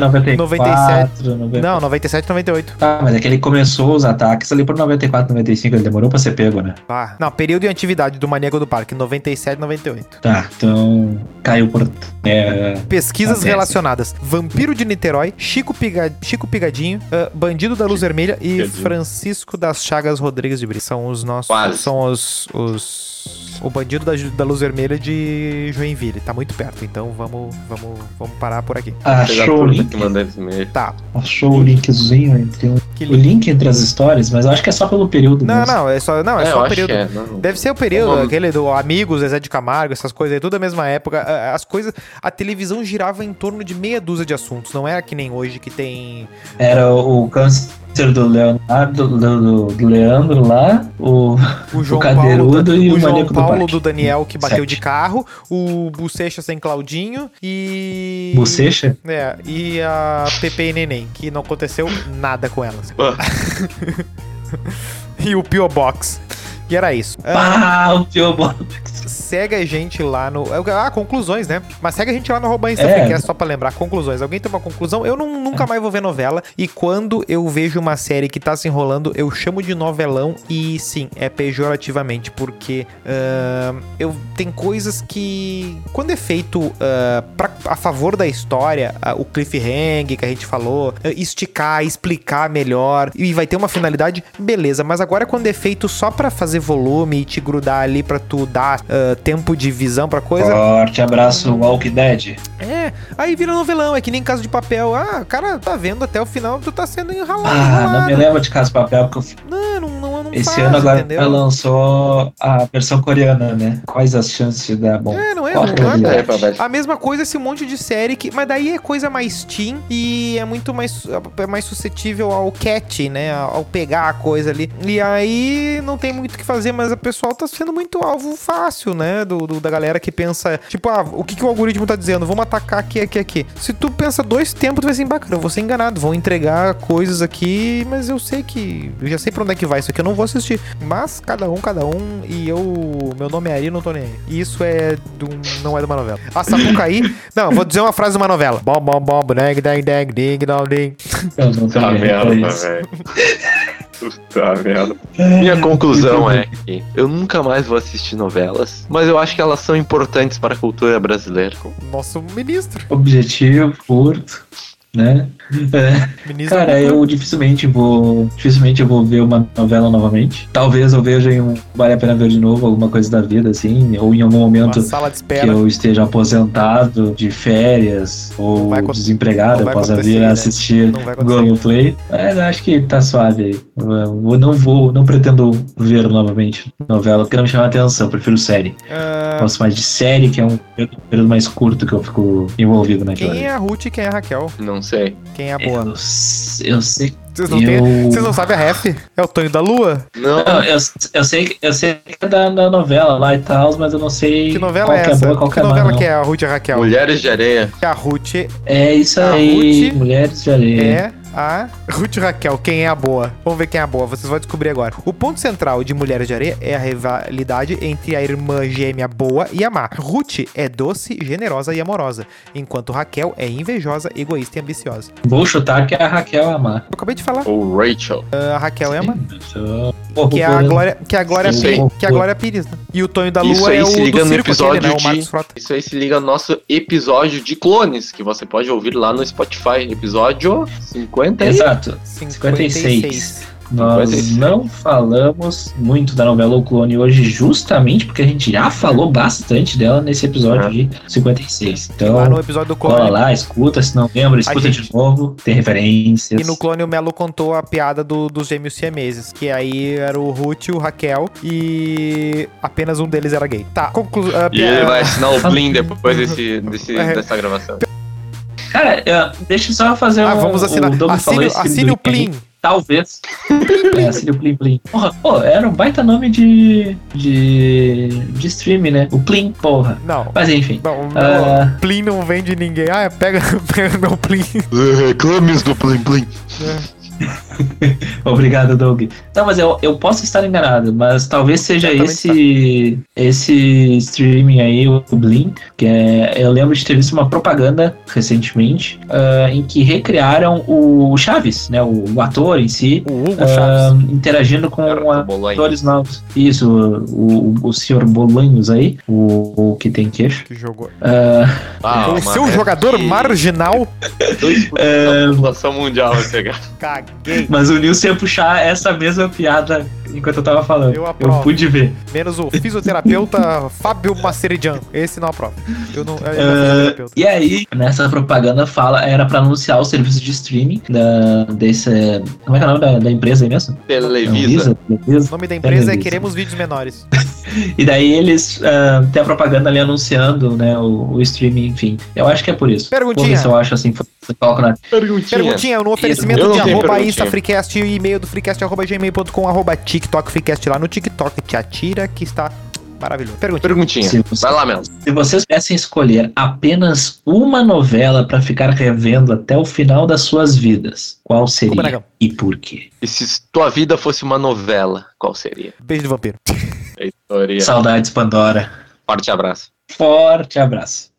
94, 97. Não, 97, 98. Tá, mas é que ele começou os ataques ali por 94, 95, ele demorou pra ser pego, né? Pá. Não, período de atividade do Maníaco do Parque, 97, 98. Tá, então caiu por. É, Tá Pesquisas Acontece. relacionadas. Vampiro de Niterói, Chico, Piga- Chico Pigadinho, ah, Bandido da Luz Vermelha e Pigadinho. Francisco das Chagas Rodrigues de Brito. São os nossos... Quase. São os... os- O Bandido da, Ju- da Luz Vermelha de Joinville. Tá muito perto, então vamos, vamos, vamos parar por aqui. achou o link. que mandou esse e-mail. Tá. Achou o linkzinho entre um- Que o lindo. link entre as histórias, mas eu acho que é só pelo período. Não, mesmo. não, é só, não, é É, eu só o acho período. que é. Não. Deve ser o período, Vamos. aquele do Amigos, Zezé de Camargo, essas coisas aí, tudo da mesma época. A- a- As coisas. A televisão girava em torno de meia dúzia de assuntos. Não era que nem hoje que tem. Era o, o câncer do Leonardo, do, do- do Leandro lá, o. O João Cadeirudo Paulo, e o o João Maníaco do Paulo do, Parque. Daniel que bateu Sete. de carro, o Bochecha sem Claudinho e. Bochecha? É, e a Pepe e Neném, que não aconteceu nada com elas. Ah. e o Pio Box. E era isso. Ah, Ah, o Pio Box. Segue a gente lá no. Ah, conclusões, né? Mas segue a gente lá no arroba Insta É. Freecast, só pra lembrar. Conclusões. Alguém tem uma conclusão? Eu não- nunca mais vou ver novela. E quando eu vejo uma série que tá se enrolando, eu chamo de novelão. E sim, é pejorativamente, porque ah, eu tem coisas que. Quando é feito ah, pra- a favor da história, ah, o cliffhanger que a gente falou, ah, esticar, explicar melhor e vai ter uma finalidade, beleza. Mas agora quando é feito só pra fazer volume e te grudar ali pra tu dar ah, tempo de visão pra coisa, Forte abraço, Walk Dead. é, aí vira novelão, é que nem caso de papel. Ah, o cara tá vendo até o final, tu tá sendo enralado. Ah, não me enrolado. leva de casa de papel, porque eu fico. não, não, não, não Esse faz, ano agora é entendeu? ela lançou a versão coreana, né? Quais as chances de dar bom? É, não é, não Porca é, vida. É, pra baixo. A mesma coisa esse monte de série que. Mas daí é coisa mais teen e é muito mais, é mais suscetível ao catch, né? Ao pegar a coisa ali. E aí não tem muito o que fazer, mas o pessoal tá sendo muito alvo fácil, né? Do, do- da galera que pensa, tipo, ah, o que, que o algoritmo tá dizendo? Vamos atacar aqui, aqui, aqui. Se tu pensa dois tempos, tu vai assim, bacana, eu vou ser enganado, vão entregar coisas aqui, mas eu sei que. Eu já sei pra onde é que vai, isso aqui eu não vou assistir. Mas cada um, cada um, e eu. Meu nome é Ari, não tô nem aí. E Isso é. Do, não é de uma novela. A Sapucaí. não, vou dizer uma frase de uma novela. Bom, bom, bom, dang, dang, dang, ding, dong, ding. Eu não tô Tá ligado pra merda, isso. velho. Puta merda. Minha conclusão é que eu nunca mais vou assistir novelas, mas eu acho que elas são importantes para a cultura brasileira. Nosso ministro. Objetivo, curto, né? É. Ministro. Cara, eu dificilmente vou. Dificilmente eu vou ver uma novela novamente. Talvez eu veja em um. Vale a pena ver de novo alguma coisa da vida, assim. Ou em algum uma momento sala de que espera. eu esteja aposentado de férias ou vai acon- desempregado, não eu vai possa acontecer, vir né? assistir Não vai acontecer. Globoplay. Mas eu acho que tá suave aí. Eu não vou, não pretendo ver novamente novela, porque não me chama a atenção, eu prefiro série. Ah, Gosto mais de série, que é um período- período mais curto que eu fico envolvido naquela. quem é a Ruth e quem é a Raquel? Não sei. Quem é a Eu, boa? eu sei Vocês não, têm- eu... vocês não sabem a ref? É o Tonho da Lua? Não, Não, eu, eu, sei, eu sei que é da, da novela lá e tal, mas eu não sei Que novela qual é que é essa? boa, qual que que é má, novela não. que é a Ruth e a Raquel? Mulheres de Areia. Que a Ruth É isso A aí, Ruth Mulheres de Areia. é a Ruth e Raquel, quem é a boa? Vamos ver quem é a boa, vocês vão descobrir agora. O ponto central de Mulheres de Areia é a rivalidade entre a irmã gêmea boa e a má. Ruth é doce, generosa e amorosa, enquanto Raquel é invejosa, egoísta e ambiciosa. Vou chutar que é a Raquel Amar. Eu acabei de falar, Ou Rachel. a Raquel é a má. Pô, Que é a Glória, que é a Glória, Sim. Pires, que é a Glória Pires, né? E o Tonho da Lua Isso aí é o se liga do no circo episódio aquele, né? O de- Marcos Frota. Isso aí se liga ao nosso episódio de clones, que você pode ouvir lá no Spotify. Episódio 50 e... Exato. 56. Nós 56. não falamos muito da novela O Clone hoje, justamente porque a gente já falou bastante dela nesse episódio Ah. de 56. Lá no Então, episódio do cola Clone. lá, escuta, se não lembra, escuta gente- de novo, tem referências. E no clone o Melo contou a piada do- dos gêmeos siameses, que aí era o Ruth e o Raquel, e apenas um deles era gay. Tá, conclusão. E ele vai assinar o Blin depois desse, desse- É. dessa gravação. Cara, eh, deixa eu só fazer Ah, um. vamos assinar. O Doug falou Assine, esse assine o do Blin. Plim. Talvez. é, assine o Plim Plim. Porra, pô, era um baita nome de. de. de stream, né? O Plim, porra. Não. Mas enfim. Não, meu, Ah. Plim não vende ninguém. Ah, pega, pega meu Plim. Reclames É, do Plim Plim. Obrigado, Doug. Não, mas eu, eu posso estar enganado, mas talvez seja Certamente tá. esse esse streaming aí, o Blin, que é, eu lembro de ter visto uma propaganda recentemente ah, em que recriaram o Chaves, né, o, o ator em si, O Hugo ah, Chaves. interagindo com Cara, tá a, do Bolonha. atores novos. Isso, o, o, o senhor Bolanhos aí, o, o que tem queixo. Que jogou. Ah, Ah, o uma seu merda. jogador E marginal. 2% da população mundial vai pegar. Caguei. mas o Nilson ia puxar essa mesma piada enquanto eu tava falando. Eu Eu, aprovo. pude ver. Menos o fisioterapeuta Fábio Maceridian. Esse não aprova. Eu não. eu não Ah, sou fisioterapeuta. e aí, nessa propaganda fala, era pra anunciar o serviço de streaming da, desse. Como é que é o nome da, da empresa aí mesmo? Televisa. Não, Visa? O nome da empresa é Beleza. Queremos Vídeos Menores. E daí eles ah, tem a propaganda ali anunciando, né, o, o streaming, enfim. Eu acho que é por isso. Vou Perguntinha. ver se eu acho assim, eu coloco na Perguntinha. Perguntinha no oferecimento Eu não de tenho arroba perguntinha. Insta Freecast e e-mail do Freecast arroba gmail.com arroba TikTok Freecast lá no TikTok. Te atira que está maravilhoso. Perguntinha. Perguntinha. Se você- Vai lá, Mel. Se vocês pudessem escolher apenas uma novela pra ficar revendo até o final das suas vidas, qual seria Copenagão. e por quê? E se tua vida fosse uma novela, qual seria? Beijo do vampiro. Editoria. Saudades, Pandora. Forte abraço. Forte abraço.